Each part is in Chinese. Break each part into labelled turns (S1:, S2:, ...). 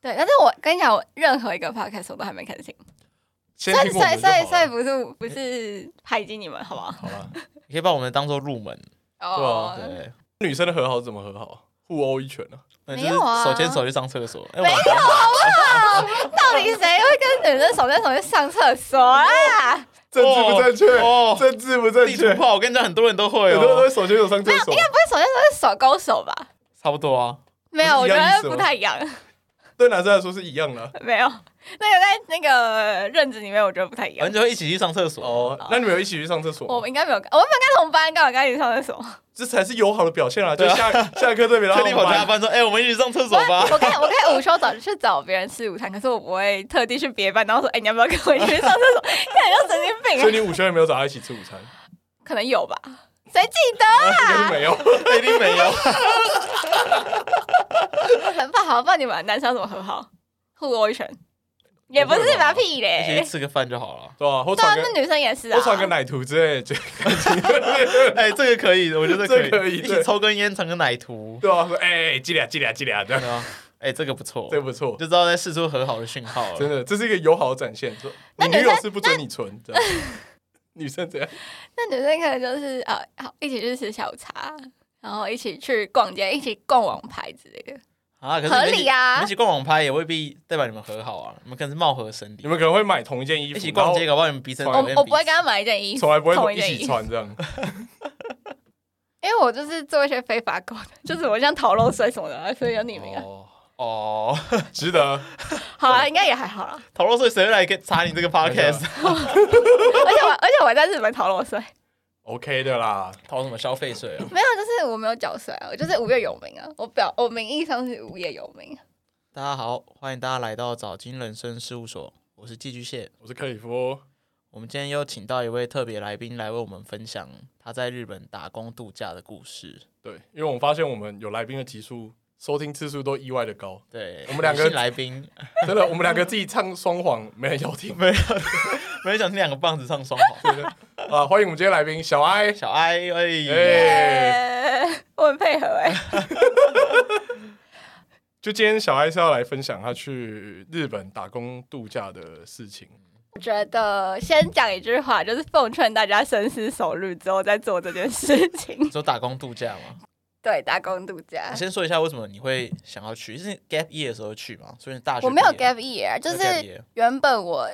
S1: 对，但是我跟你讲，我任何一个 podcast 我都还没开始听，
S2: 先
S1: 所以
S2: 听过
S1: 所
S2: 我
S1: 以
S2: 们就
S1: 所以所
S2: 好
S1: 以
S2: 了。
S1: 不是不是排挤你们，好不好？
S2: 好了，
S3: 你可以把我们当做入门，
S1: 哦
S2: 啊
S3: 对，
S2: 女生的和好是怎么和好？互殴一拳啊？
S3: 那就
S1: 没有啊
S3: 是手牵手去上厕所。哎，
S1: 没有啊
S3: 我
S1: 到底谁会跟女生手牵手去上厕所啊？
S2: 政治不正确，
S3: 哦
S2: 政治不正
S3: 地
S2: 确
S3: 图，炮，我跟你讲，很多人都会
S2: 很多人都
S3: 哦
S2: 会，手牵手上厕所。
S1: 不是手牵手是手勾手吧？
S3: 差不多啊。
S1: 没有，我
S2: 不是
S1: 觉
S2: 一样意思
S1: 得
S2: 吗
S1: 不太一样，
S2: 对男生来说是一样的啊。
S1: 没有。那个在那个认知里面，我觉得不太一样
S3: 反正。就会一起去上厕所。
S2: 哦，那你们有一起去上厕所吗？
S1: 我们应该没有，我们没有跟同班，干嘛跟你上厕所？
S2: 这才是友好的表现啊！就
S3: 对啊
S2: 下 下课对别人
S3: 特地跑去他
S2: 班，
S3: 班说：“哎，我们一起上厕所吧。
S1: 我可以，我可以午休早去找别人吃午餐，可是我不会特地去别班，然后说，哎、你要不要跟我一起去上厕所？ 看你就神经病、
S2: 所
S1: 啊，
S2: 以你午休也没有找他一起吃午 餐，
S1: 可能有吧？谁记得？
S2: 应该是没有。”
S3: 一定哎 没有。
S1: 很不好，不然你们男生要怎么和好？互殴一拳，也不是吧？屁
S3: 一起去
S1: 嘞！
S3: 吃个饭就好 了。
S2: 对吧？我
S1: 对
S2: 传
S1: 啊，
S2: 个
S1: 那女生也是啊
S2: 我。传个奶图之类的，就
S3: 哎，这个可以，我觉得这
S2: 这个可以
S3: 以。一
S2: 对
S3: 起抽根烟，尝个奶图。
S2: 对啊，说哎，记俩记俩记俩这样
S3: 对啊，哎，这个不错，
S2: 这不错
S3: 就，知道在试出和好的讯号了。
S2: 真的，这是一个友好的展现。说
S1: 那
S2: 你女
S1: 女
S2: 友
S1: 生
S2: 是不准你存，这样 女生怎样？
S1: 那女生可能就是呃，好一起去吃下午茶，然后一起去逛街，一起逛网牌之类的。
S3: 啊，可是
S1: 合
S3: 你们一起
S1: 理啊
S3: 你们一起逛网拍也未必代表你们和好啊，你们可能是貌合神
S2: 你
S3: 离。
S2: 们可能会买同一件衣服，
S3: 一起逛街，
S2: 然
S3: 搞不
S2: 后哦
S3: 好你们彼此很
S1: 我
S3: 讨厌
S1: 哦我
S3: 彼
S1: 不会
S3: 此
S1: 跟她买一件衣服，
S2: 从来不
S1: 同
S2: 会
S1: 一
S2: 一
S1: 件衣
S2: 起
S1: 服，
S2: 穿这样。
S1: 因为我就是做一些非法勾当， 就是我像逃漏税什么的，所以有你们啊。
S2: 哦，
S3: 哦，
S2: 值得。
S1: 好啊，应该也还好 啦。
S3: 讨论税谁会来给查你这个 podcast？
S1: 而且我而且我还在日本逃漏税，
S2: OK 的啦，
S3: 讨什么消费税啊？
S1: 没有，就是我没有缴税啊，我就是无业游民啊，我表我名义上是无业游民。
S3: 大家好，欢迎大家来到早金人生事务所，我是寄居蟹。
S2: 我是克里夫。
S3: 我们今天又请到一位特别来宾来为我们分享他在日本打工度假的故事。
S2: 对，因为我们发现我们有来宾的集数收听次数都意外的高，
S3: 对，
S2: 我们两个
S3: 女性来宾，
S2: 真的，我们两个自己唱双簧没人要听
S3: 没有 没有想听两个棒子唱双簧。
S2: 啊！ 欢迎我们今天来宾小哀，
S3: 小哀，哎，
S2: 哎
S1: 耶 我很配合哎、
S2: 就今天小哀是要来分享他去日本打工度假的事情。
S1: 我觉得先讲一句话，就是奉劝大家深思熟虑之后再做这件事情。
S3: 你说打工度假吗？
S1: 对，打工度假
S3: 你。先说一下为什么你会想要去？是 gap year 的时候去吗？所以你大学
S1: 我没有
S3: 毕业啊
S1: gap year，就
S3: 没有 gap
S1: 是
S3: year
S1: 原本我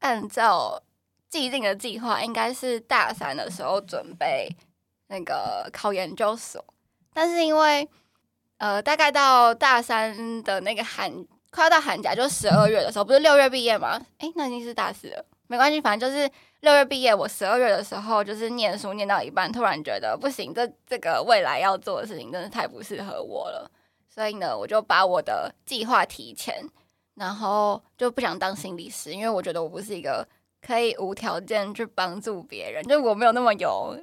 S1: 按照既定的计划，应该是大三的时候准备那个考研究所，但是因为呃，大概到大三的那个寒，快要到寒假，就十二月的时候，不是六月毕业吗？诶，那已经是大四了，没关系，反正就是六月毕业。我十二月的时候，就是念书念到一半，突然觉得不行，这这个未来要做的事情真的太不适合我了，所以呢，我就把我的计划提前，然后就不想当心理师，因为我觉得我不是一个。可以无条件去帮助别人，就我没有那么有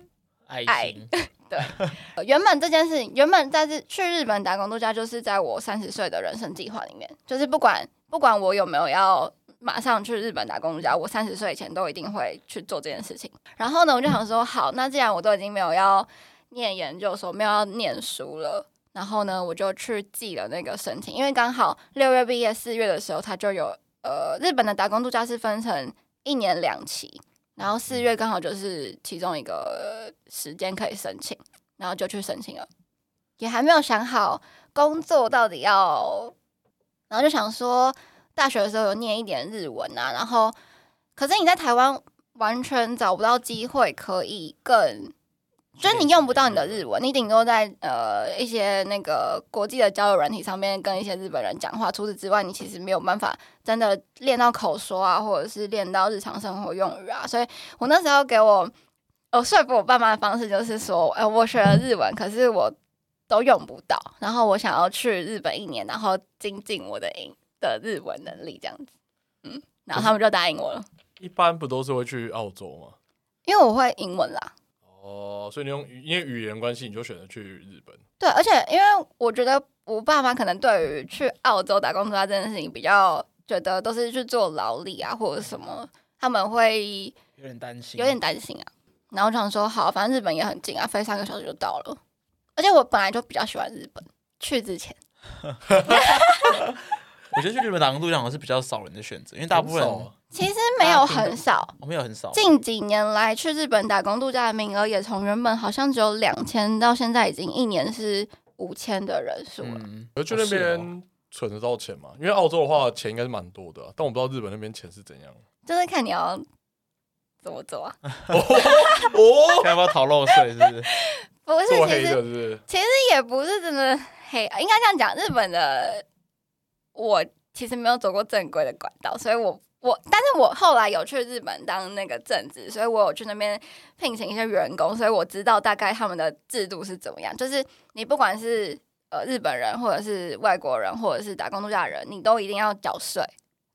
S3: 爱
S1: 爱
S3: 情，
S1: 呃原本这件事情，原本在日去日本打工度假，就是在我三十岁的人生计划里面，就是不管不管我有没有要马上去日本打工度假，我三十岁以前都一定会去做这件事情。然后呢，我就想说，好，那既然我都已经没有要念研究所，没有要念书了。然后呢，我就去寄了那个申请，因为刚好六月毕业，四月的时候它就有呃，日本的打工度假是分成一年两期，然后四月刚好就是其中一个时间可以申请。然后就去申请了，也还没有想好工作到底要，然后就想说大学的时候有念一点日文啊，然后可是你在台湾完全找不到机会可以更。就是你用不到你的日文，你顶多在呃一些那个国际的交友软体上面跟一些日本人讲话。除此之外，你其实没有办法真的练到口说啊，或者是练到日常生活用语啊。所以我那时候给我我说服我爸妈的方式就是说，呃，我学了日文，可是我都用不到，然后我想要去日本一年，然后精进我的英的日文能力这样子。嗯，然后他们就答应我了，
S2: 一般不都是会去澳洲吗？
S1: 因为我会英文啦。
S2: 哦，所以你用语因为语言关系，你就选择去日本。
S1: 对，而且因为我觉得我爸妈可能对于去澳洲打工度假这件事情比较觉得都是去做劳力啊或者什么，他们会
S3: 有点担心，
S1: 有点担心啊。然后我想说，好，反正日本也很近啊，飞三个小时就到了。而且我本来就比较喜欢日本，去之前
S3: 我觉得去日本打工度假好像是比较少人的选择，因为大部分
S2: 很少
S3: 人
S2: 啊
S1: 其实没有很少。
S3: 我们有很少，
S1: 近几年来去日本打工度假的名额也从原本好像只有两千，到现在已经一年是五千的人数了。
S3: 嗯，
S2: 我去那
S3: 哦
S2: 边存得到钱嘛？因为澳洲的话，钱应该是蛮多的啊、但我不知道日本那边钱 是怎样。
S1: 就是看你要怎么做啊？
S3: 是哦要不要逃漏税？是不是？
S1: 不是，
S2: 做
S1: 其
S2: 黑的
S1: 实
S2: 是不是？
S1: 其实也不是真的黑，应该这样讲。日本的我其实没有走过正规的管道，所以我我，但是我后来有去日本当那个正职，所以我有去那边聘请一些员工，所以我知道大概他们的制度是怎么样。就是你不管是呃日本人，或者是外国人，或者是打工度假人，你都一定要缴税。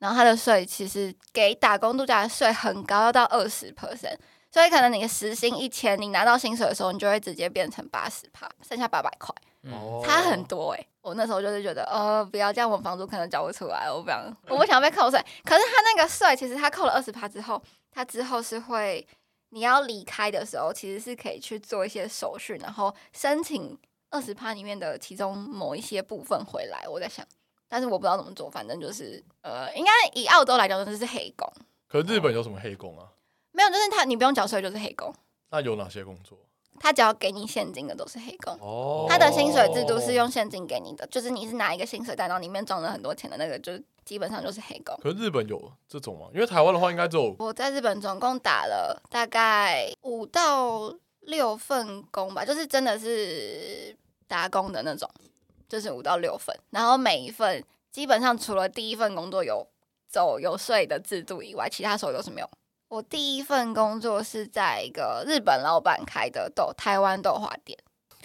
S1: 然后他的税其实给打工度假的税很高，要到二十 percent，所以可能你的时薪一千，你拿到薪水的时候，你就会直接变成八十趴，剩下八百块，
S3: 嗯，
S2: 哦
S1: 差很多哎、我那时候就是觉得，呃，不要这样，我房租可能交不出来，我不想，我不想被扣税。可是他那个税，其实他扣了二十趴之后，他之后是会，你要离开的时候，其实是可以去做一些手续，然后申请二十趴里面的其中某一些部分回来。我在想，但是我不知道怎么做，反正就是，呃，应该以澳洲来讲，就是黑工，
S2: 可是日本有什么黑工啊？
S1: 没有，就是他你不用缴税就是黑工，
S2: 那有哪些工作？
S1: 他只要给你现金的都是黑工。
S2: 哦
S1: 他的薪水制度是用现金给你的，就是你是拿一个薪水袋，然后里面装了很多钱的那个，就是基本上就是黑工。
S2: 可是日本有这种吗？因为台湾的话，应该只有
S1: 我在日本总共打了大概五到六份工吧，就是真的是打工的那种，就是五到六份，然后每一份基本上除了第一份工作有走有税的制度以外，其他所有都是没有。我第一份工作是在一个日本老板开的豆台湾豆花店。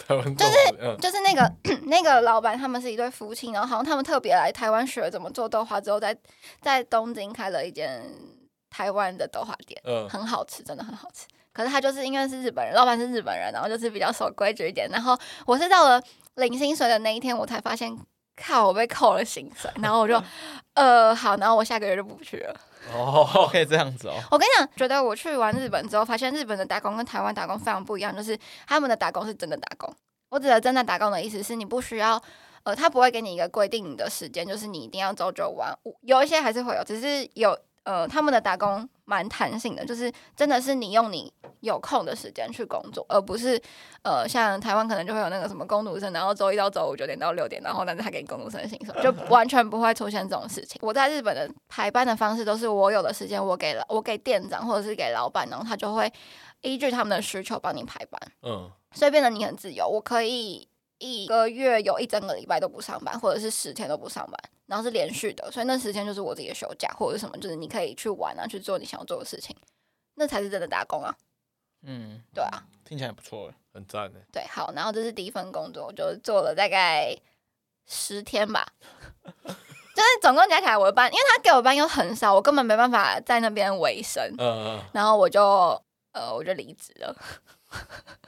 S2: 台湾
S1: 就是
S2: 这种嗯，
S1: 就是那个 那个老板，他们是一对夫妻，然后好像他们特别来台湾学怎么做豆花，之后在在东京开了一间台湾的豆花店，
S2: 嗯，
S1: 很好吃，真的很好吃。可是他就是因为是日本人，老板是日本人，然后就是比较守规矩一点。然后我是到了领薪水的那一天，我才发现，靠，我被扣了薪水。然后我就，呃，好，然后我下个月就不去了。
S3: 哦，可以这样子哦，
S1: 我跟你讲，觉得我去完日本之后，发现日本的打工跟台湾打工非常不一样，就是他们的打工是真的打工。我指的真的打工的意思是你不需要，呃，他不会给你一个规定的时间，就是你一定要朝九晚五，有一些还是会有，只是有呃，他们的打工蛮弹性的，就是真的是你用你有空的时间去工作，而不是呃，像台湾可能就会有那个什么工读生，然后周一到周五九点到六点，然后但是他给你工读生薪水，就完全不会出现这种事情。我在日本的排班的方式都是我有的时间我给了我给店长或者是给老板，然后他就会依据他们的需求帮你排班，
S2: 嗯，
S1: 所以变得你很自由。我可以一个月有一整个礼拜都不上班，或者是十天都不上班，然后是连续的，所以那十天就是我自己的休假或者是什么，就是你可以去玩啊，去做你想要做的事情，那才是真的打工啊。
S3: 嗯，
S1: 对啊，
S3: 听起来不错哎，
S2: 很赞欸诶。
S1: 对，好，然后这是第一份工作，我就做了大概十天吧， 就是总共加起来我的班，因为他给我班又很少，我根本没办法在那边维生，
S2: 嗯，嗯
S1: 然后我就呃我就离职了。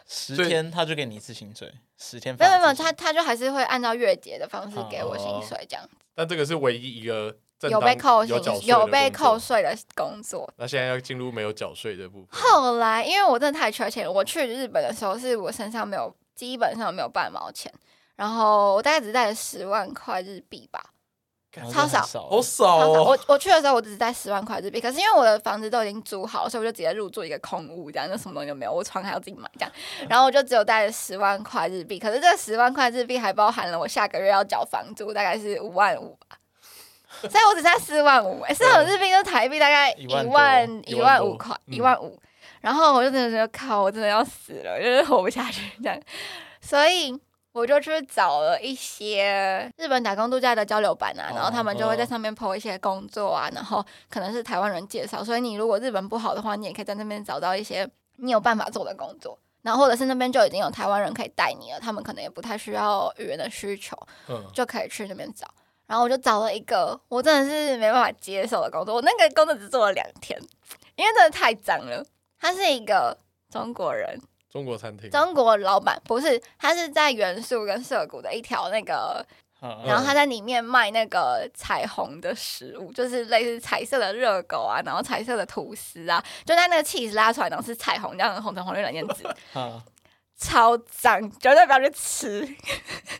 S3: 十
S2: 所以
S3: 天他就给你一次薪水，十天
S1: 没
S3: 发
S1: 有没有没有，
S3: 一次薪
S1: 他他就还是会按照月结的方式给我薪水，这样、
S2: 但这个是唯一一个哦正
S1: 有被
S2: 当
S1: 扣薪
S2: 有缴税的
S1: 有被
S2: 工
S1: 扣
S2: 作。
S1: 税的工作，
S2: 那现在要进入没有缴税的部分。
S1: 后来，因为我真的太缺钱了，我去日本的时候是我身上没有，基本上没有半毛钱，然后我大概只带了十万块日币吧。
S3: 然后
S1: 超
S3: 就很
S1: 少
S3: 少
S2: 好
S3: 哦，
S2: 少
S1: 超少
S2: 哦，
S1: 我我去的时候我只是带十万块日币，可是因为我的房子都已经租好，所以我就直接入住一个空屋，这样就什么东西都没有，我床还要自己买这样，然后我就只有带了十万块日币，可是这十万块日币还包含了我下个月要缴房租，大概是五万五吧。所以我只带四万五，哎，四万五日币就是台币大概一
S3: 一万多
S1: 万一
S2: 一嗯万
S1: 万
S2: 多
S1: 五块，
S2: 嗯
S1: 一万五。然后我就真的觉得靠，我真的要死了，就是活不下去这样。所以我就去找了一些日本打工度假的交流版啊，
S3: 哦
S1: 然后他们就会在上面 PO 一些工作啊，然后可能是台湾人介绍，所以你如果日本不好的话，你也可以在那边找到一些你有办法做的工作。然后或者是那边就已经有台湾人可以带你了，他们可能也不太需要语言的需求，
S2: 嗯，
S1: 就可以去那边找。然后我就找了一个我真的是没办法接受的工作，我那个工作只做了两天，因为真的太脏了。他是一个中国人，
S2: 中国餐厅，
S1: 中国老板不是，他是在元素跟涩谷的一条那个，
S3: 嗯
S1: 然后他在里面卖那个彩虹的食物，就是类似彩色的热狗啊，然后彩色的吐司啊，就在那个 cheese 拉出来，然后是彩虹，这样红橙黄绿蓝靛紫，
S3: 嗯
S1: 超脏，绝对不要去吃。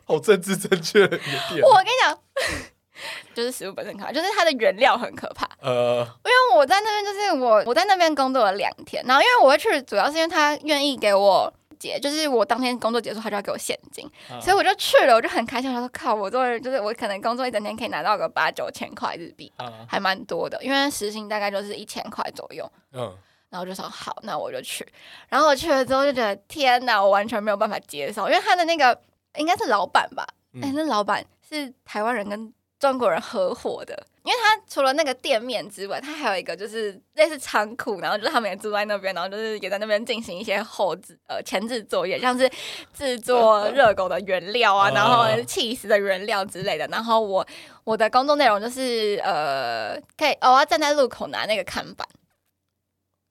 S2: 好政治正确的一个店。
S1: 我跟你讲， 就是食物本身可怕，就是它的原料很可怕。
S2: 呃，
S1: 因为我在那边就是我我在那边工作了两天，然后因为我会去，主要是因为他愿意给我结，就是我当天工作结束，他就要给我现金，
S3: 啊
S1: 所以我就去了，我就很开心，我说靠，我终于就是我可能工作一整天可以拿到个八九千块日币，
S3: 啊，
S1: 还蛮多的，因为时薪大概就是一千块左右。
S2: 嗯，
S1: 然后我就说好，那我就去。然后我去了之后就觉得天哪，我完全没有办法接受，因为他的那个应该是老板吧？
S2: 嗯
S1: 哎、那老板是台湾人跟中国人合伙的，因为他除了那个店面之外，他还有一个就是类似仓库，然后就是他们也住在那边，然后就是也在那边进行一些后置呃前置作业，像是制 作热狗的原料啊，
S2: 哦
S1: 然后气死的原料之类的。然后我我的工作内容就是呃，可以哦，我要站在路口拿那个看板。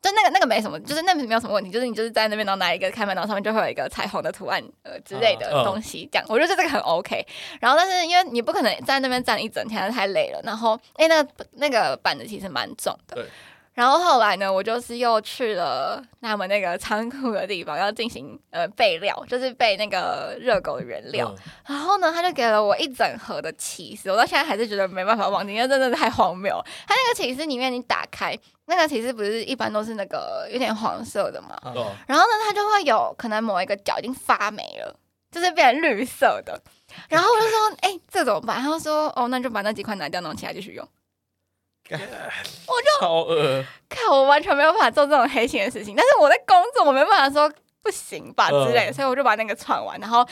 S1: 就那个那个没什么，就是那没有什么问题，就是你就是在那边，然后拿一个看板，然后上面就会有一个彩虹的图案呃之类的
S2: 嗯
S1: 东西，这样、我觉得这个很 OK。然后但是因为你不可能在那边站一整天，太累了。然后哎、那个那个板子其实蛮重的。
S2: 对。
S1: 然后后来呢，我就是又去了他们那个仓库的地方，要进行呃备料，就是备那个热狗的原料。
S2: 嗯
S1: 然后呢，他就给了我一整盒的起司，我到现在还是觉得没办法忘记，因为真的是太荒谬了。它那个起司里面，你打开那个起司，不是一般都是那个有点黄色的嘛？
S2: 嗯，
S3: 啊
S2: 哦
S1: 然后呢，它就会有可能某一个角已经发霉了，就是变成绿色的。然后我就说：“哎、这怎么办？”他就说：“哦，那就把那几块拿掉，然后其他继续用。
S3: 超恶，”
S1: 看，我完全没有办法做这种黑心的事情，但是我在工作，我没办法说不行吧之类的，
S2: 嗯
S1: 所以我就把那个串完，然后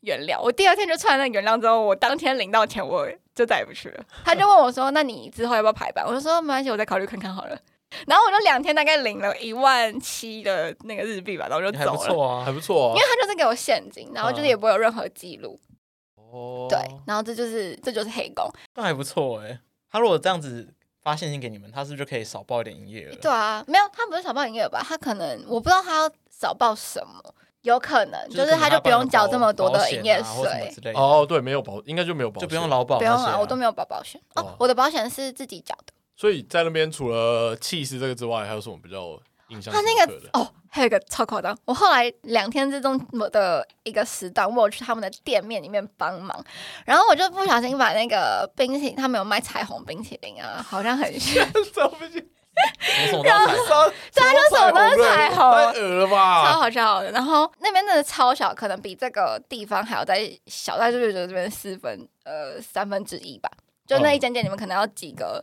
S1: 原料。我第二天就串那个原料之后，我当天领到钱，我就再也不去了。他就问我说：“那你之后要不要排班？”我就说：“没关系，我再考虑看看好了。”然后我就两天大概领了一万七的那个日币吧，然后我就
S3: 你还不
S1: 走了。
S3: 错啊
S2: 还，不错
S1: 因为，
S2: 啊
S1: 他就是给我现金，然后就是也不会有任何记录，
S3: 哦
S1: 对，然后这就是这就是黑工，
S3: 那还不错哎。他如果这样子发现金给你们，他是不是就可以少报一点营业额？
S1: 对啊，没有他不是少报营业额吧？他可能我不知道他要少报什么，有可能
S3: 就
S1: 就是是
S3: 可能
S1: 他就
S3: 帮
S1: 不用
S3: 保
S1: 缴这么多
S3: 保
S1: 的
S3: 险
S1: 营业
S3: 啊或什么
S1: 税，
S3: 之类的，
S2: 哦，对，没有保，应该就没有保，
S3: 就不用，劳保
S1: 不用
S3: 那些
S1: 啊，我都没有保保险
S2: 哦
S1: 哦，我的保险是自己缴的。
S2: 所以在那边除了气势这个之外，还有什么比较印象
S1: 他
S2: 深
S1: 那
S2: 刻
S1: 个
S2: 的？
S1: 哦，还有一个超夸张，我后来两天之中的一个时段，我有去他们的店面里面帮忙，然后我就不小心把那个冰淇淋，他们有卖彩虹冰淇淋啊，好像很炫，
S2: 这不行，
S3: 我什么 都要买
S1: 对啊，就什么都是彩虹
S2: 太。恶了
S1: 超
S2: 吧？
S1: 好笑的。然后那边真的超小，可能比这个地方还要再小，大概就是这边四分呃三分之一吧。就那一间店，你们可能要几个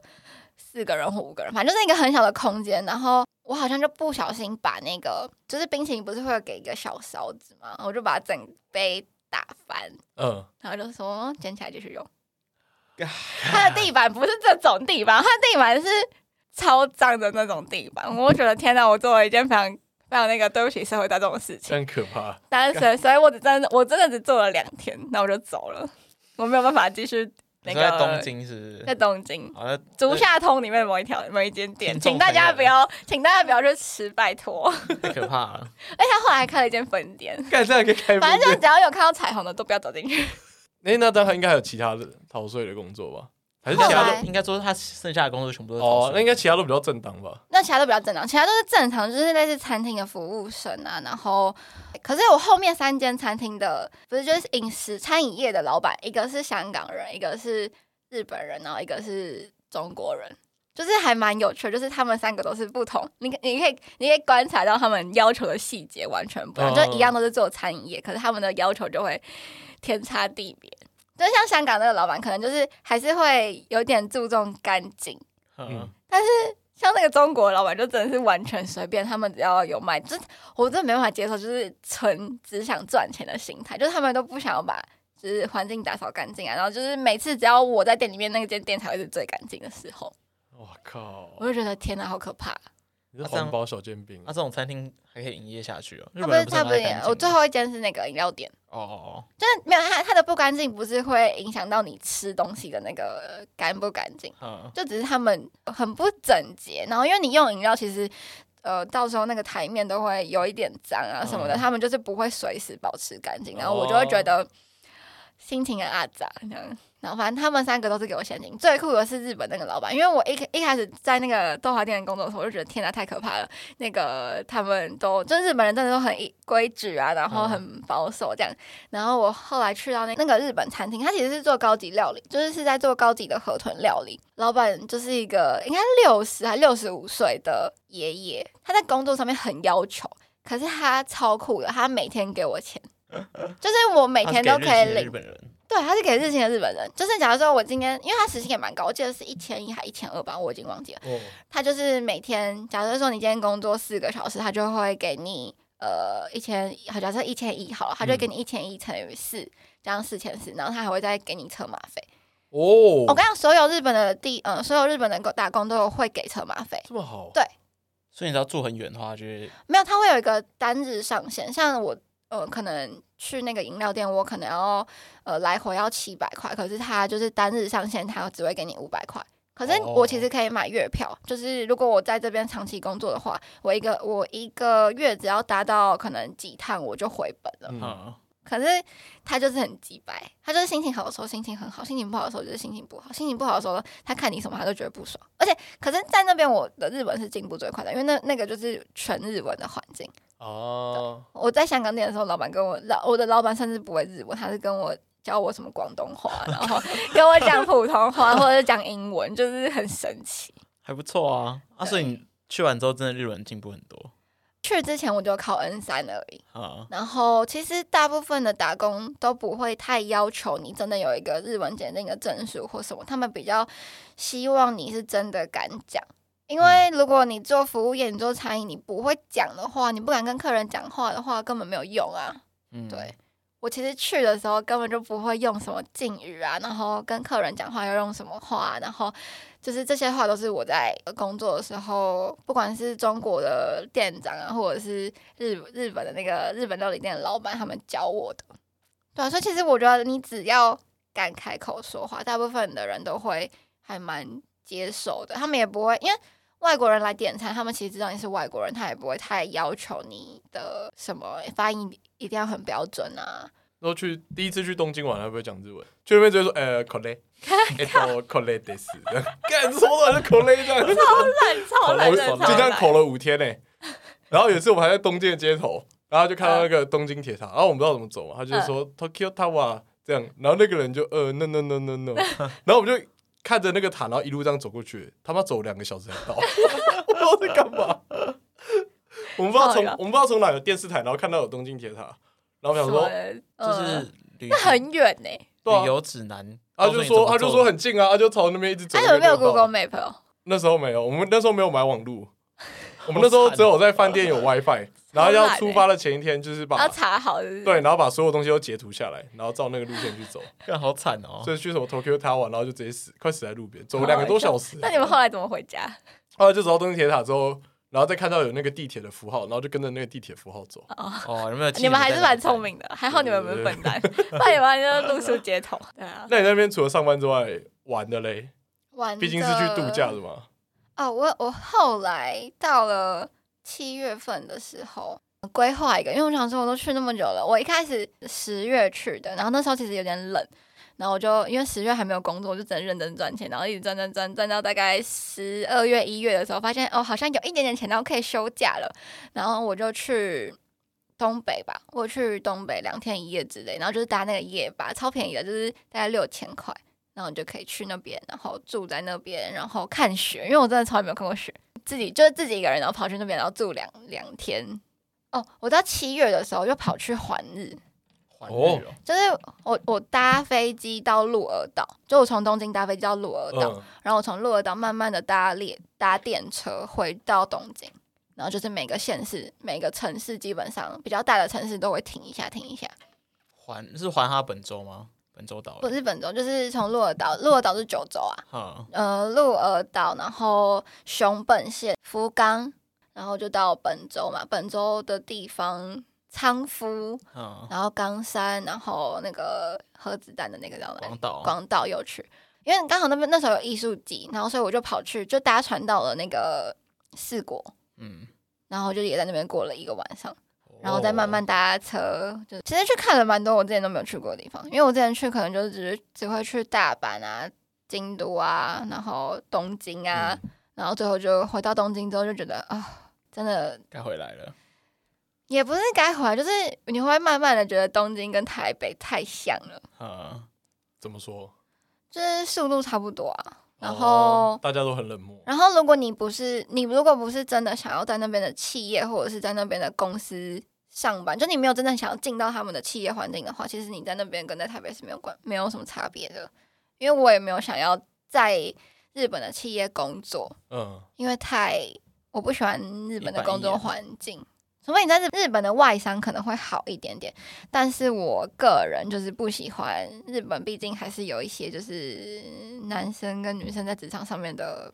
S1: 四个人或五个人，反正就是一个很小的空间。然后我好像就不小心把那个就是冰淇淋不是会有给一个小勺子嘛，我就把整杯打翻。
S2: 嗯，
S1: 然后就说捡起来继续用
S3: 嘎。
S1: 它的地板不是这种地板，它的地板是超脏的那种地板。我觉得天哪，我做了一件非常非常那个对不起社会大众的事情。
S2: 真可怕。
S1: 但是所以，所以我只真的我真的只做了两天，那我就走了，我没有办法继续那
S3: 你
S1: 个
S3: 说在东，京是不
S1: 在
S3: 是？
S1: 东京
S3: 好像
S1: 竹下通里面某一条某一间店，
S3: 听众
S1: 请大家
S3: 朋友
S1: 不要，请大家不要去吃，拜托。
S3: 太可怕了。
S1: 而且他后来还开了一间分店，
S2: 干这样可以
S3: 哎
S2: 开
S1: 反正就只要有看到彩虹的都不要走进去。
S2: 哎，那当然应该还有其他的逃税的工作吧？还是
S1: 后
S2: 其
S3: 其
S2: 他
S3: 他
S1: 来
S2: 的？
S3: 都应该说他剩下的工作全部都是
S2: 哦，那应
S3: 该
S2: 该其他都比较正当吧？
S1: 那其他都比较正常，其他都是正常，就是类似餐厅的服务生啊，然后，可是我后面三间餐厅的不是就是饮食餐饮业的老板，一个是香港人，一个是日本人，然后一个是中国人，就是还蛮有趣的，就是他们三个都是不同，你可你可以你可以观察到他们要求的细节完全不一样，
S2: 哦
S1: 就一样都是做餐饮业，可是他们的要求就会天差地别。就像香港那个老板，可能就是还是会有点注重干净。
S2: 嗯
S3: 嗯，
S1: 像那个中国老板就真的是完全随便，他们只要有卖，就是我真的没办法接受，就是纯只想赚钱的心态，就是他们都不想要把就是环境打扫干净啊，然后就是每次只要我在店里面，那间店才会是最干净的时候，
S2: 我靠，
S1: 我就觉得天哪，好可怕！
S2: 你是环保小煎饼
S3: 那这种餐厅还可以营业下去哦。日
S1: 他
S3: 本
S1: 不是
S3: 人
S1: 他
S3: 不
S1: 不是
S3: 很爱干净吗
S1: 我最后一间是那个饮料店，
S3: 哦哦
S1: 就是没有他他的不干净，不是会影响到你吃东西的那个干不干净。
S3: 哦，
S1: 就只是他们很不整洁，然后因为你用饮料，其实呃到时候那个台面都会有一点脏啊什么的，
S3: 嗯
S1: 他们就是不会随时保持干净，
S3: 哦
S1: 然后我就会觉得心情很阿杂这样。然后反正他们三个都是给我现金。最酷的是日本那个老板，因为我一开一开始在那个豆花店工作的时候，我就觉得天哪，太可怕了。那个他们都，就日本人真的都很一规矩啊，然
S4: 嗯
S1: 后很保守这样。然后我后来去到那那个日本餐厅，它其实是做高级料理，就是是在做高级的河豚料理。老板就是一个应该六十还六十五岁的爷爷，他在工作上面很要求，可是他超酷的，他每天给我钱， 就是我每天都可以领
S4: 日本人，
S1: 对，他是给日薪的日本人，就是假如说我今天，因为他时薪也蛮高，我记得是一千一还一千二吧，我已经忘记了。
S2: 哦，
S1: 他就是每天，假如说你今天工作四个小时，他就会给你呃一千，好，假设一千一好了，他就会给你一千一乘以四，加上四千四，然后他还会再给你车马费。我
S2: 哦，
S1: 刚刚所有日本的地，嗯、所有日本的打工都有会给车马费，
S2: 这么好，
S4: 所以你只要住很远的话，就是
S1: 没有，它会有一个单日上限。像我，呃，可能去那个饮料店，我可能要呃来回要七百块，可是它就是单日上限，它只会给你五百块。可是
S4: 哦
S1: 我其实可以买月票，就是如果我在这边长期工作的话，我一个我一个月只要达到可能几趟，我就回本了。
S2: 嗯，
S4: 嗯，
S1: 可是他就是很鸡掰，他就是心情好的时候心情很好，心情不好的时候就是心情不好。心情不好的时候，他看你什么他都觉得不爽。而且，可是，在那边我的日文是进步最快的，因为那那个就是全日文的环境。
S2: 哦，
S1: 我在香港店的时候，老板跟我老我的老板甚至不会日文，他是跟我教我什么广东话，然后跟我讲普通话或者讲英文，就是很神奇。
S3: 还不错啊。啊，所以你去完之后，真的日文进步很多
S1: 去之前我就考 N 三而已，
S3: 啊。
S1: 然后其实大部分的打工都不会太要求你真的有一个日文检定的证书或什么，他们比较希望你是真的敢讲。因为如果你做服务业，你做餐饮，你不会讲的话，你不敢跟客人讲话的话，根本没有用啊。
S3: 嗯，
S1: 对，我其实去的时候根本就不会用什么敬语啊，然后跟客人讲话要用什么话，啊然后就是这些话都是我在呃工作的时候，不管是中国的店长啊，或者是日日本的那个日本料理店的老板，他们教我的。对啊，所以其实我觉得你只要敢开口说话，大部分的人都会还蛮接受的，他们也不会因为。外国人来点餐，他们其实知道你是外国人，他也不会太要求你的什么发音一定要很标准啊。
S2: 然后去第一次去东京玩，还不会讲日文，去那边直接说呃 c o l e e t c o l e t h i s 干什么都是 c o l e 这样，
S1: 烂超
S2: 我
S1: 烂
S2: 就
S1: 的，超
S2: 这样
S1: 烂
S2: 口了五天呢、欸然后有一次我们还在东京的街头，然后
S1: 嗯
S2: 就看到那个东京铁塔，然后我们不知道怎么走嘛，他就说 Tokyo Tower 这样，然后那个人就呃 no no no no no，然后我们就看着那个塔，然后一路这样走过去，他妈走两个小时才到， 我不知道在干嘛。我们不知道
S1: 好
S2: 从
S1: 呀
S2: 我们不知道从哪个电视台，然后看到有东京铁塔，然后我们想说，
S1: 呃
S3: 嗯就是旅
S1: 那很远呢、
S2: 对啊
S3: 旅游指南，
S2: 他
S3: 告诉
S2: 就
S3: 你怎么
S2: 说他就
S3: 做
S2: 说很近啊，他就朝那边一直走。
S1: 他有没有
S2: 那边就到
S1: Google Map 哦？
S2: 那时候没有，我们那时候没有买网 路，我们那时候只有在饭店有 WiFi，然后要出发的前一天就是
S1: 要
S2: 把
S1: 查哦好欸是不是？
S2: 啊对，然后把所有东西都截图下来，然后照那个路线去走，
S3: 干好惨哦
S2: 所。以去什么 Tokyo Tower，然后就直接死，快死在路边，走两个多小时，
S1: 哦那你们后来怎么回家？
S2: 后来就走到东京铁塔之后。然后再看到有那个地铁的符号，然后就跟着那个地铁符号走。
S3: 哦，有没有 记
S1: 你们还
S3: 在
S1: 是
S3: 哪
S1: 蛮
S3: 里
S1: 聪明的，还好你们不是笨蛋， 不然你们就露宿街头。对 啊，
S2: 那你那边除了上班之外玩的嘞？
S1: 玩
S2: 毕竟是去度假的嘛。
S1: 哦，我我后来到了七月份的时候呃规划一个，因为我想说我都去那么久了，我一开始十月去的，然后那时候其实有点冷，然后我就因为十月还没有工作，我就只能认真赚钱，然后一直赚赚赚赚到大概十二月一月的时候，发现哦好像有一点点钱，然后可以休假了，然后我就去。东北吧，我去东北两天一夜之类，然后就是搭那个夜巴，超便宜的，就是大概六千块。然后你就可以去那边，然后住在那边，然后看雪，因为我真的从来没有看过雪，自己就是自己一个人，然后跑去那边，然后住两两天。哦，我到七月的时候就跑去环日，
S3: 环日哦，
S1: 就是我我搭飞机到鹿儿岛，就我从东京搭飞机到鹿儿岛，
S2: 嗯，
S1: 然后我从鹿儿岛慢慢的搭列搭电车回到东京，然后就是每个县市、每个城市基本上比较大的城市都会停一下，停一下。
S3: 环是环哈本州吗？本州岛
S1: 不是本州，就是从鹿儿岛，鹿儿岛是九州啊，
S3: 哈，
S1: 呃，鹿儿岛，然后熊本县、福冈，然后就到本州嘛。本州的地方，仓敷，
S3: 嗯，
S1: 然后冈山，然后那个核子弹的那个叫什
S3: 广
S1: 么？
S3: 岛，
S1: 广岛有去，因为刚好那边那时候有艺术季，然后所以我就跑去，就搭船到了那个四国，
S3: 嗯，
S1: 然后就也在那边过了一个晚上。然后再慢
S3: 哦
S1: 慢搭车，就其实去看了蛮多我之前都没有去过的地方，因为我之前去可能就是只是只会去大阪啊、京都啊，然后东京啊，然后最后就回到东京之后就觉得啊，真的
S3: 该回来了。
S1: 也不是该回来，就是你会慢慢的觉得东京跟台北太像了，
S3: 嗯，
S2: 怎么说？
S1: 就是速度差不多啊，然后。
S2: 哦大家都很冷漠，
S1: 然后，如果你不是你，如果不是真的想要在那边的企业或者是在那边的公司上班，就你没有真正想要进到他们的企业环境的话，其实你在那边跟在台北是没有关没有什么差别的。因为我也没有想要在日本的企业工作，
S2: 嗯，
S1: 因为太我不喜欢日本的工
S3: 一板一
S1: 作
S3: 眼
S1: 环境。除非你在日日本的外商可能会好一点点，但是我个人就是不喜欢日本，毕竟还是有一些就是男生跟女生在职场上面的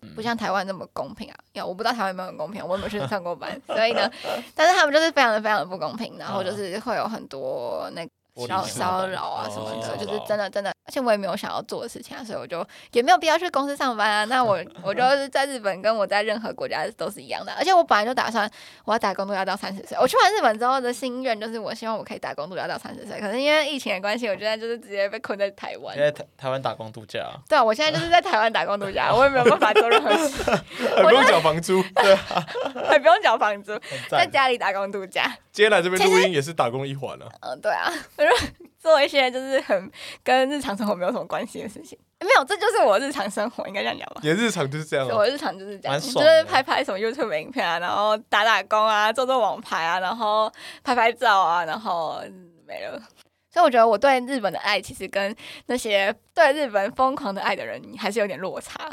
S3: 嗯
S1: 不像台湾那么公平啊。要我不知道台湾有没有很公平，我有没有去上过 班，所以呢，但是他们就是非常的非常的不公平，然后
S3: 嗯
S1: 就是会有很多那个
S3: 玻璃
S1: 骚
S3: 心吧
S1: 骚扰啊什么
S3: 哦
S1: 的，就是真的真的，而且我也没有想要做的事情啊，所以我就也没有必要去公司上班啊。那 我我就是在日本跟我在任何国家都是一样的，啊而且我本来就打算我要打工度假到三十岁。我去完日本之后的心愿就是我希望我可以打工度假到三十岁，可是因为疫情的关系，我现在就是直接被困在台湾
S3: 因。为台台湾打工度假，
S1: 对啊，我现在就是在台湾打工度 假，我也没有办法做任何事，
S2: 还不用缴房租。
S1: 还不用缴房租，
S3: 很
S1: 在
S3: 赞。
S1: 家里打工度假。
S2: 接下来这边录音也是打工一环啊，
S1: 嗯，对啊， 就是做一些就是很跟日常生活没有什么关系的事情。没有，这就是我日常生活，应该这样讲吧。
S2: 你的日常就是这样
S1: 所以
S2: 啊。
S1: 我日常就是这样，
S3: 嗯蛮
S1: 就
S3: 爽的
S1: 是拍拍什么 YouTube 影片啊，然后打打工啊，做做网拍啊，然后拍拍照啊，然后嗯没了。所以我觉得我对日本的爱，其实跟那些对日本疯狂的爱的人，还是有点落差。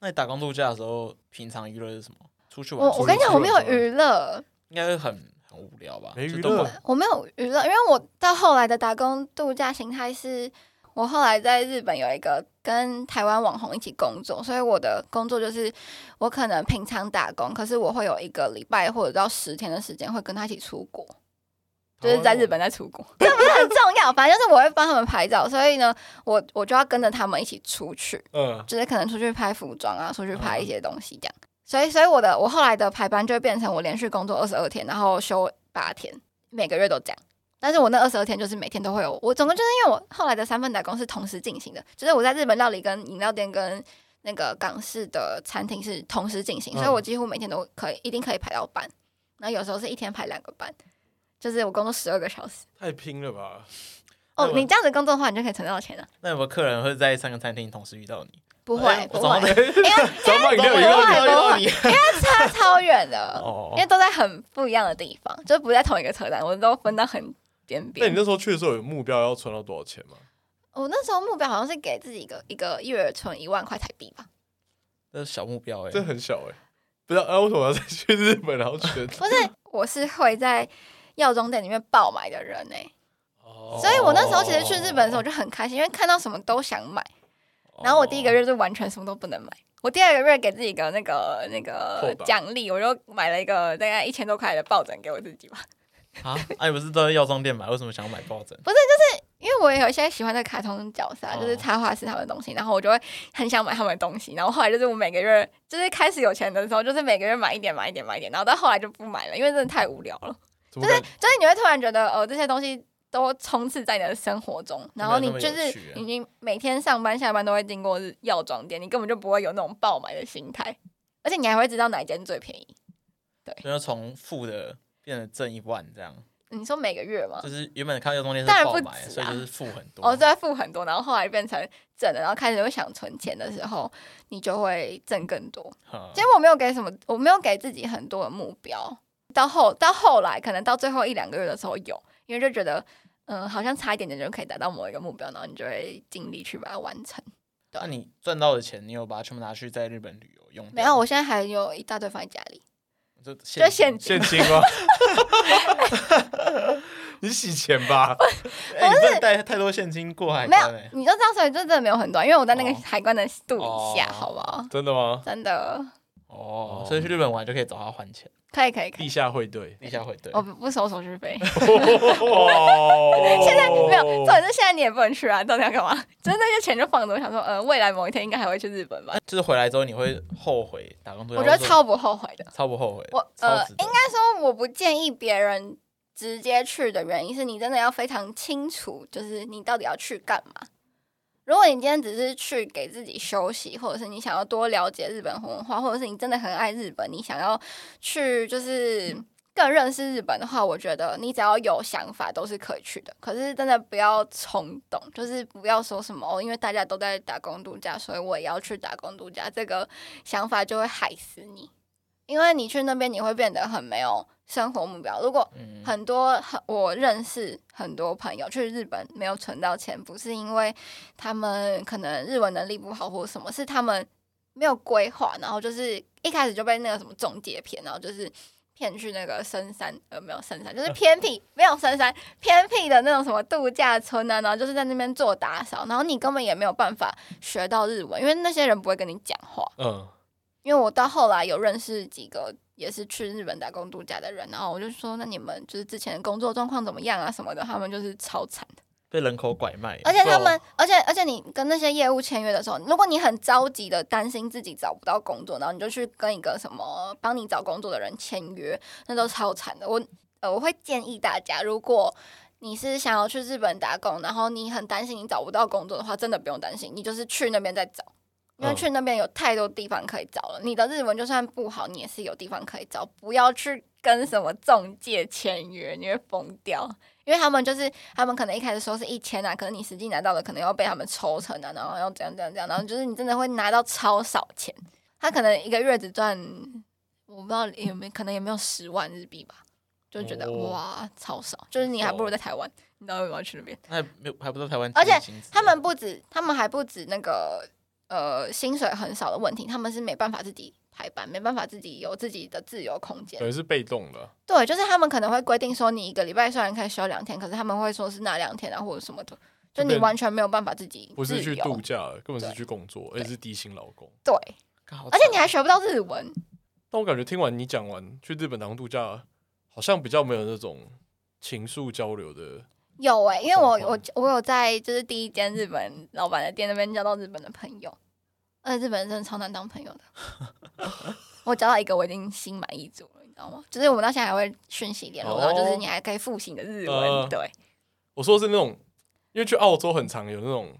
S3: 那你打工度假的时候，平常娱乐是什么？出去玩？
S1: 我我跟你讲，
S3: 出
S1: 我
S3: 去
S1: 没
S3: 玩
S1: 有娱乐，
S3: 应该会很很无聊吧？
S2: 没娱
S3: 就都
S2: 乐
S3: 玩，
S1: 我没有娱乐，因为我到后来的打工度假形态是，我后来在日本有一个跟台湾网红一起工作，所以我的工作就是我可能平常打工，可是我会有一个礼拜或者到十天的时间会跟他一起出国，就是在日本在出国， 这不是很重要，反正就是我会帮他们拍照，所以呢，我我就要跟着他们一起出去，
S2: 嗯，
S1: 就是可能出去拍服装啊，出去拍
S3: 嗯
S1: 一些东西这样。所以，所以我的我后来的排班就会变成我连续工作二十二天，然后休八天，每个月都这样。但是我那二十二天就是每天都会有，我总共就是因为我后来的三份打工是同时进行的，就是我在日本料理跟饮料店跟那个港式的餐厅是同时进行，
S2: 嗯
S1: 所以我几乎每天都可以一定可以排到班，然后有时候是一天排两个班，就是我工作十二个小时。
S2: 太拼了吧？
S1: 哦
S3: 那，我
S1: 你这样子工作的话，你就可以存到钱了。
S3: 那有没有客人会在三个餐厅同时遇到你？
S1: 不
S3: 哎
S1: 会，不
S3: 我早
S1: 会
S3: 上，
S1: 因为
S2: 早上把饮料
S1: 不
S2: 饮料
S1: 会不会
S3: 你。
S1: 差超远的，
S3: 哦
S1: 因为都在很不一样的地方，就是不在同一个车站，我们都分到很边
S2: 那你
S1: 边。
S2: 那时候去的时候有目标要存到多少钱吗？
S1: 我那时候目标好像是给自己一个一个月存一万块台币吧，
S3: 这是小目标哎、
S2: 这很小哎，不知道啊，为什么要再去日本然后 存？
S1: 不是，我是会在药妆店里面爆买的人哎、
S3: 哦
S1: 所以我那时候其实去日本的时候我就很开心，因为看到什么都想买，
S2: 哦
S1: 然后我第一个月就完全什么都不能买。我第二个月给自己一个那个那
S2: 扣
S1: 个
S2: 打
S1: 奖励，我就买了一个大概一千多块的抱枕给我自己吧，
S3: 啊，哎、你不是都在药妆店买，为什么想要买抱枕？
S1: 因为我也有一些喜欢的卡通角色、啊，
S3: 哦
S1: 就是插画师他们的东西，然后我就会很想买他们的东西，然后后来就是我每个月就是开始有钱的时候，就是每个月买一点买一点买一点，然后到后来就不买了，因为真的太无聊了，
S2: 怎么感觉
S1: 就是你会突然觉得哦这些东西都充斥在你的生活中，然后你就
S3: 没有那么有
S1: 是
S3: 趣啊
S1: 已经每天上班下班都会经过日药妆店，你根本就不会有那种爆买的心态，而且你还会知道哪一间最便宜。
S3: 然后从负的变成正一万这样，
S1: 你说每个月吗
S3: 就？是原本看药妆店是
S1: 当然
S3: 爆
S1: 不
S3: 买，
S1: 止
S3: 所以
S1: 啊
S3: 就是负很多。
S1: 哦，再付很多，然后后来变成挣了，然后开始会想存钱的时候，你就会挣更多。
S3: 嗯
S1: 其实我没有给什么，我没有给自己很多的目标。到后到后来，可能到最后一两个月的时候有，因为就觉得，嗯、好像差一点点就可以达到某一个目标，然后你就会尽力去把它完成。
S3: 那你赚到的钱，你有把它全部拿去在日本旅游用掉吗？
S1: 没有，我现在还有一大堆放在家里，
S3: 就
S1: 就
S3: 现欸
S1: 现金。
S2: 现金吗？ 你洗钱吧，
S3: 哎你真的带太多现金过海
S1: 没有
S3: 关哎，，
S1: 你就知道，所以就真的没有很多，因为我在那个
S3: 哦
S1: 海关的度以下，
S3: 哦
S1: 好不好？
S2: 真的吗？
S1: 真的，
S3: 哦哦，所以去日本玩就可以找他还钱，
S1: 可以可以可以，
S2: 地下会对，
S3: 地下汇兑。
S1: 我不不收手续费。
S2: 哦，
S1: 现在没有，重点是现在你也不能去啊，到底要干嘛？就是那些钱就放着，我想说，呃，未来某一天应该还会去日本吧
S3: 啊。就是回来之后你会后悔打工度假，
S1: 我觉得
S3: 或者
S1: 超不后悔的。
S3: 超不后悔的，
S1: 我呃
S3: 超，值得
S1: 应该说我不建议别人直接去的原因是你真的要非常清楚，就是你到底要去干嘛。如果你今天只是去给自己休息，或者是你想要多了解日本文化，或者是你真的很爱日本，你想要去就是更认识日本的话，我觉得你只要有想法都是可以去的。可是真的不要冲动，就是不要说什么哦，因为大家都在打工度假，所以我也要去打工度假，这个想法就会害死你。因为你去那边，你会变得很没有生活目标。如果
S3: 嗯
S1: 很多很我认识很多朋友去日本没有存到钱，不是因为他们可能日文能力不好或什么，是他们没有规划，然后就是一开始就被那个什么中介骗，然后就是骗去那个深山，呃，没有深山，就是偏僻，没有深山偏僻的那种什么度假村啊，然后就是在那边做打扫，然后你根本也没有办法学到日文，因为那些人不会跟你讲话。
S2: 嗯，
S1: 因为我到后来有认识几个也是去日本打工度假的人，然后我就说，那你们就是之前的工作状况怎么样啊什么的，他们就是超惨的，
S3: 被人口拐卖，
S1: 而且他们，而且而且你跟那些业务签约的时候，如果你很着急的担心自己找不到工作，然后你就去跟一个什么帮你找工作的人签约，那都超惨的。我呃，我会建议大家，如果你是想要去日本打工，然后你很担心你找不到工作的话，真的不用担心，你就是去那边再找，因为
S2: 嗯
S1: 去那边有太多地方可以找了。你的日文就算不好，你也是有地方可以找，不要去跟什么中介签约，你会疯掉。因为他们就是他们可能一开始说是一千啊，可能你实际拿到的可能要被他们抽成啊，然后要怎样怎样怎样，然后就是你真的会拿到超少钱，他可能一个月只赚我不知道有没有可能也没有十万日币吧，就觉得、
S2: 哦
S1: 哇超少，啊就是你还不如在台湾，你知道为什么要去那边？
S3: 还没有还不到台湾
S1: 而且
S3: 基本薪资
S1: 他们不止，他们还不止那个呃薪水很少的问题，他们是没办法自己排班，没办法自己有自己的自由空间
S2: 等。于是被动的，
S1: 对，就是他们可能会规定说你一个礼拜虽然可以休两天，可是他们会说是哪两天啊或者什么的，就
S2: 就
S1: 你
S2: 变
S1: 完全没有办法自己
S2: 不是
S1: 自
S2: 去
S1: 由
S2: 度假了，根本是
S1: 对
S2: 去工作，而且是低薪劳工。
S1: 对，
S3: 干好
S1: 而且
S3: 惨哦
S1: 你还学不到日文，
S2: 但我感觉听完你讲完去日本打工度假，好像比较没有那种情愫交流的。
S1: 有哎、因为我
S2: 状
S1: 我
S2: 况
S1: 我有在就是第一间日本老板的店那边交到日本的朋友，而且日本人真的超难当朋友的。 我交到一个我已经心满意足了，你知道吗？就是我们到现在还会讯息联络，然后就是
S2: 哦
S1: 你还可以复习你的日文，
S2: 呃
S1: 对，
S2: 我说的是那种，因为去澳洲很常有那种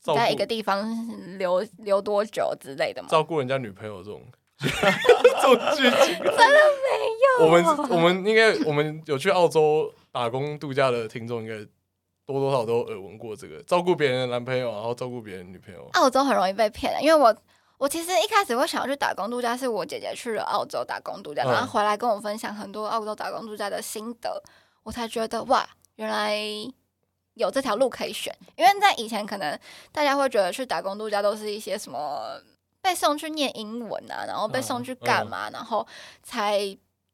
S2: 照
S1: 在一个
S2: 顾
S1: 地方留留多久之类的嘛。
S2: 照顾人家女朋友这种 这种剧情， 真的没有。我们我们应该我们有去澳洲打工度假的听众，应该多多少少都有耳闻过这个照顾别人的男朋友，然后照顾别人的女朋友。
S1: 澳洲很容易被骗的，因为我我其实一开始会想要去打工度假，是我姐姐去了澳洲打工度假，
S2: 嗯
S1: 然后回来跟我分享很多澳洲打工度假的心得，我才觉得哇，原来有这条路可以选。因为在以前可能大家会觉得去打工度假都是一些什么被送去念英文啊，然后被送去干嘛，然后才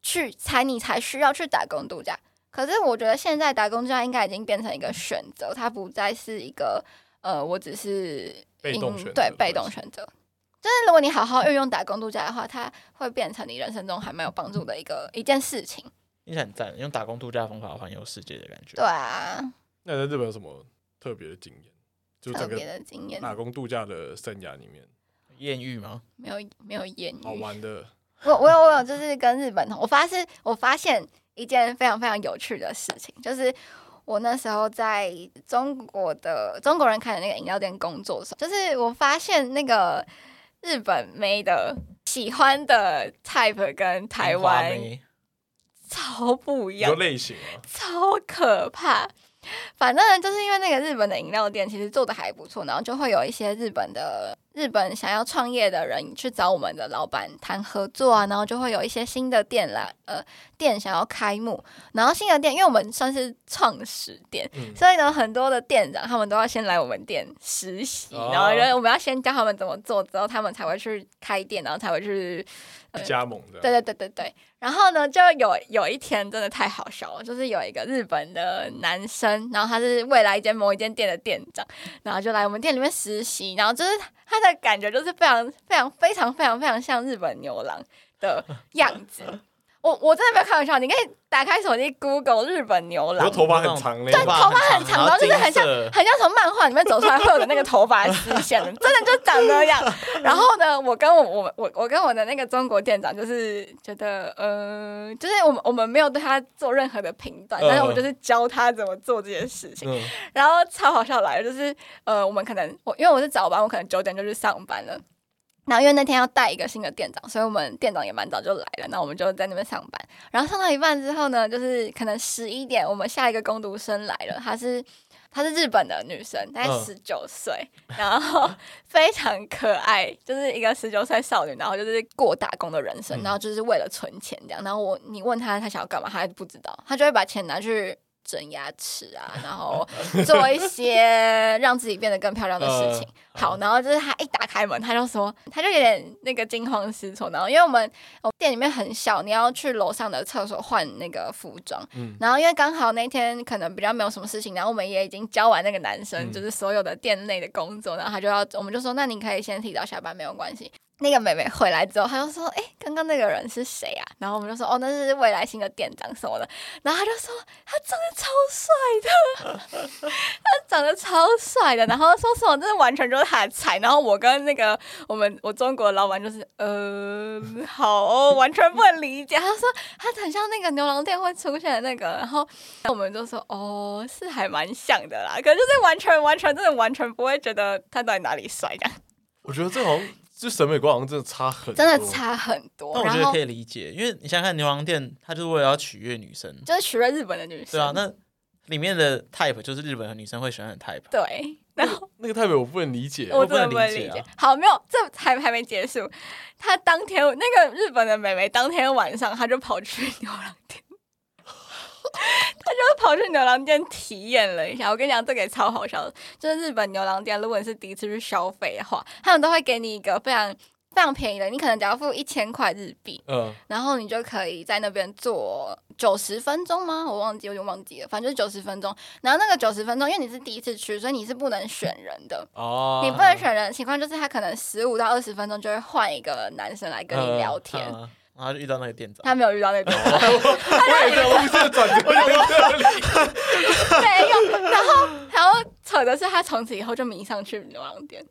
S1: 去才你才需要去打工度假。可是我觉得现在打工度假应该已经变成一个选择，它不再是一个呃，我只是
S2: 被
S1: 因
S2: 动选择
S1: 对
S2: 的
S1: 被
S2: 关
S1: 动
S2: 系
S1: 选择。就是如果你好好运用打工度假的话，它会变成你人生中还蛮有帮助的一个一件事情。
S3: 听起来很赞，用打工度假的方法环游世界的感觉。
S1: 对，啊，
S2: 那你在日本有什么特别的经验？就
S1: 特
S2: 整
S1: 别
S2: 个
S1: 的经验，
S2: 打工度假的生涯里面，
S3: 艳遇吗？
S1: 没有没有艳
S2: 好
S1: 遇。
S2: 玩的
S1: 我我有我有，就是跟日本同，我发是我发现一件非常非常有趣的事情，就是我那时候在中国的中国人开的那个饮料店工作的时候，就是我发现那个日本妹的喜欢的 type 跟台
S3: 樱花
S1: 湾
S3: 妹
S1: 超不一
S2: 一
S1: 样
S2: 个，类型啊，
S1: 超可怕。反正呢就是因为那个日本的饮料店其实做的还不错，然后就会有一些日本的日本想要创业的人去找我们的老板谈合作啊，然后就会有一些新的店来呃店想要开幕，然后新的店因为我们算是创始店，
S2: 嗯，
S1: 所以呢很多的店长他们都要先来我们店实习，
S2: 哦
S1: 然后因为我们要先教他们怎么做，之后他们才会去开店，然后才会去呃
S2: 加盟的，
S1: 对对对对对。然后呢，就有有一天真的太好笑了，就是有一个日本的男生，然后他是未来一间某一间店的店长，然后就来我们店里面实习，然后就是他的的感觉就是非常非常非常非常非常像日本牛郎的样子。我我真的没有开玩笑，你可以打开手机 Google 日本牛
S2: 我
S1: 郎
S2: 说，头发很长嘞，
S1: 但头发很长，然后就是很像
S3: 然后金色
S1: 很像从漫画里面走出来会有的那个头发丝线，真的就长那样。然后呢，我跟我我我我跟我的那个中国店长就是觉得，呃，就是我们我们没有对他做任何的评断，但是我
S2: 嗯
S1: 就是教他怎么做这件事情。
S2: 嗯，
S1: 然后超好笑来了，就是呃，我们可能我因为我是早班，我可能九点就去上班了。然后因为那天要带一个新的店长，所以我们店长也蛮早就来了。那我们就在那边上班。然后上到一半之后呢，就是可能十一点，我们下一个工读生来了，她是她是日本的女生，大概
S2: 嗯
S1: 十九岁，然后非常可爱，就是一个十九岁少女，然后就是过打工的人生，
S2: 嗯
S1: 然后就是为了存钱这样。然后我你问她她想要干嘛，她还不知道，她就会把钱拿去整牙齿啊，然后做一些让自己变得更漂亮的事情。好，然后就是他一打开门，他就说，他就有点那个惊慌失措。然后因为我们我们店里面很小，你要去楼上的厕所换那个服装。
S2: 嗯
S1: 然后因为刚好那天可能比较没有什么事情，然后我们也已经教完那个男生，
S2: 嗯
S1: 就是所有的店内的工作，然后他就要，我们就说，那你可以先提早下班，没有关系。 那个妹妹回来之后，她就说：“哎、刚刚那个人是谁啊？”然后我们就说：“哦，那是未来新的店长什么的。”然后她就说：“他长得超帅的， 他长得超帅的。”然后说什么，真的完全就是他的菜。然后我跟那个我们我中国的老板就是，呃，好哦、完全不能理解。他说他很像那个牛郎店会出现的那个，然后我们就说：“哦，是还蛮像的啦。”可是就是完全完全真的完全不会觉得他到底哪里帅这样，
S2: 我觉得这好像就审美观好像真的差很，
S1: 真的。差很多。
S3: 嗯但我
S1: 然
S3: 觉得
S1: 后
S3: 可以理解，因为你想想看牛郎店，它就是为了要取悦女生，
S1: 就是取悦日本的女生。
S3: 对啊，那里面的 type 就是日本和女生会喜欢的 type 啊。
S1: 对，然后
S2: 那个太美我不能理解，
S1: 我
S3: 我
S1: 真
S3: 不
S1: 的
S3: 能
S1: 不能
S3: 理
S1: 理
S3: 解啊
S1: 解。好，没有，这还还没结束。她当天那个日本的美眉当天晚上，她就跑去牛郎店，她就跑去牛郎店体验了一下。我跟你讲，这个也超好笑的，就是日本牛郎店，如果你是第一次去消费的话，他们都会给你一个非常。非常便宜的，你可能只要付一千块日币，
S2: 嗯，
S1: 然后你就可以在那边坐九十分钟吗？我忘记，有点忘记了，反正就是九十分钟。然后那个九十分钟，因为你是第一次去，所以你是不能选人的。
S2: 哦，
S1: 你不能选人的情况就是他可能十五到二十分钟就会换一个男生来跟你
S2: 呃
S1: 聊天。
S3: 啊然后就遇到那个店长，
S1: 他没有遇到那 种，
S2: 对的，我不是转折在这里。
S1: 没有。然后，然后扯的是他从此以后就迷上去牛郎店，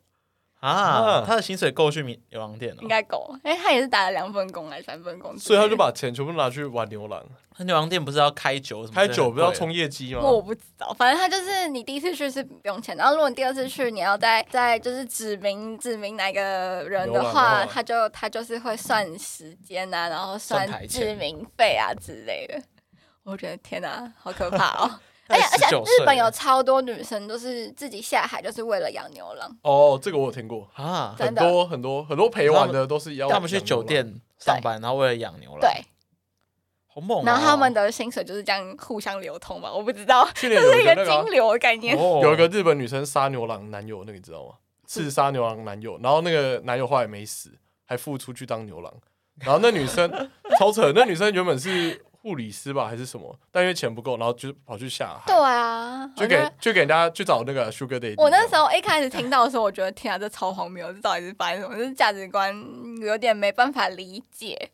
S3: 啊
S2: 啊，
S3: 他的薪水够去米牛郎店哦
S1: 嗯应。该够，因为他也是打了两份工还是三份工之类的，
S2: 所以他就把钱全部拿去玩牛郎，
S3: 那牛郎店不是要开酒什么？
S2: 开酒不是要冲，业绩吗？
S1: 我不知道，反正他就是你第一次去是不用钱，然后如果你第二次去，你要再再就是指明指明哪个人的
S2: 有
S1: 话，
S2: 啊有啊
S1: 他就他就是会算时间啊，然后
S3: 算台钱
S1: 指名费啊之类的。我觉得天哪、好可怕 哦！而
S3: 但
S1: 且
S3: 是
S1: 而且
S3: 19岁
S1: 日本有超多女生都是自己下海，就是为了养牛郎。
S2: 哦，这个我有听过，
S3: 啊，
S1: 真
S2: 很
S1: 的
S2: 多很多很多陪玩的都是要
S3: 他们去酒，店上班，然后为了养牛郎，
S1: 对，，
S3: 好猛哦。
S1: 然后他们的薪水就是这样互相流通嘛，我不知道，这
S2: 去年有
S1: 是
S2: 一
S1: 一
S2: 个
S1: 个
S2: 那个啊
S1: 金流的概念。
S3: 哦
S2: 有一个日本女生杀牛郎男友，那个你知道吗？刺杀牛郎男友，然后那个男友后来没死，还复出去当牛郎。然后那女生 超扯，那女生原本是护理师吧还是什么，但因为钱不够，然后就跑去下海
S1: 对，啊，
S2: 就
S1: 我觉得
S2: 给就给人家去找那个 Sugar Daddy。
S1: 我那时候一开始听到的时候，我觉得天啊，这超荒谬，这到底是发生什么？这价值观有点没办法理解。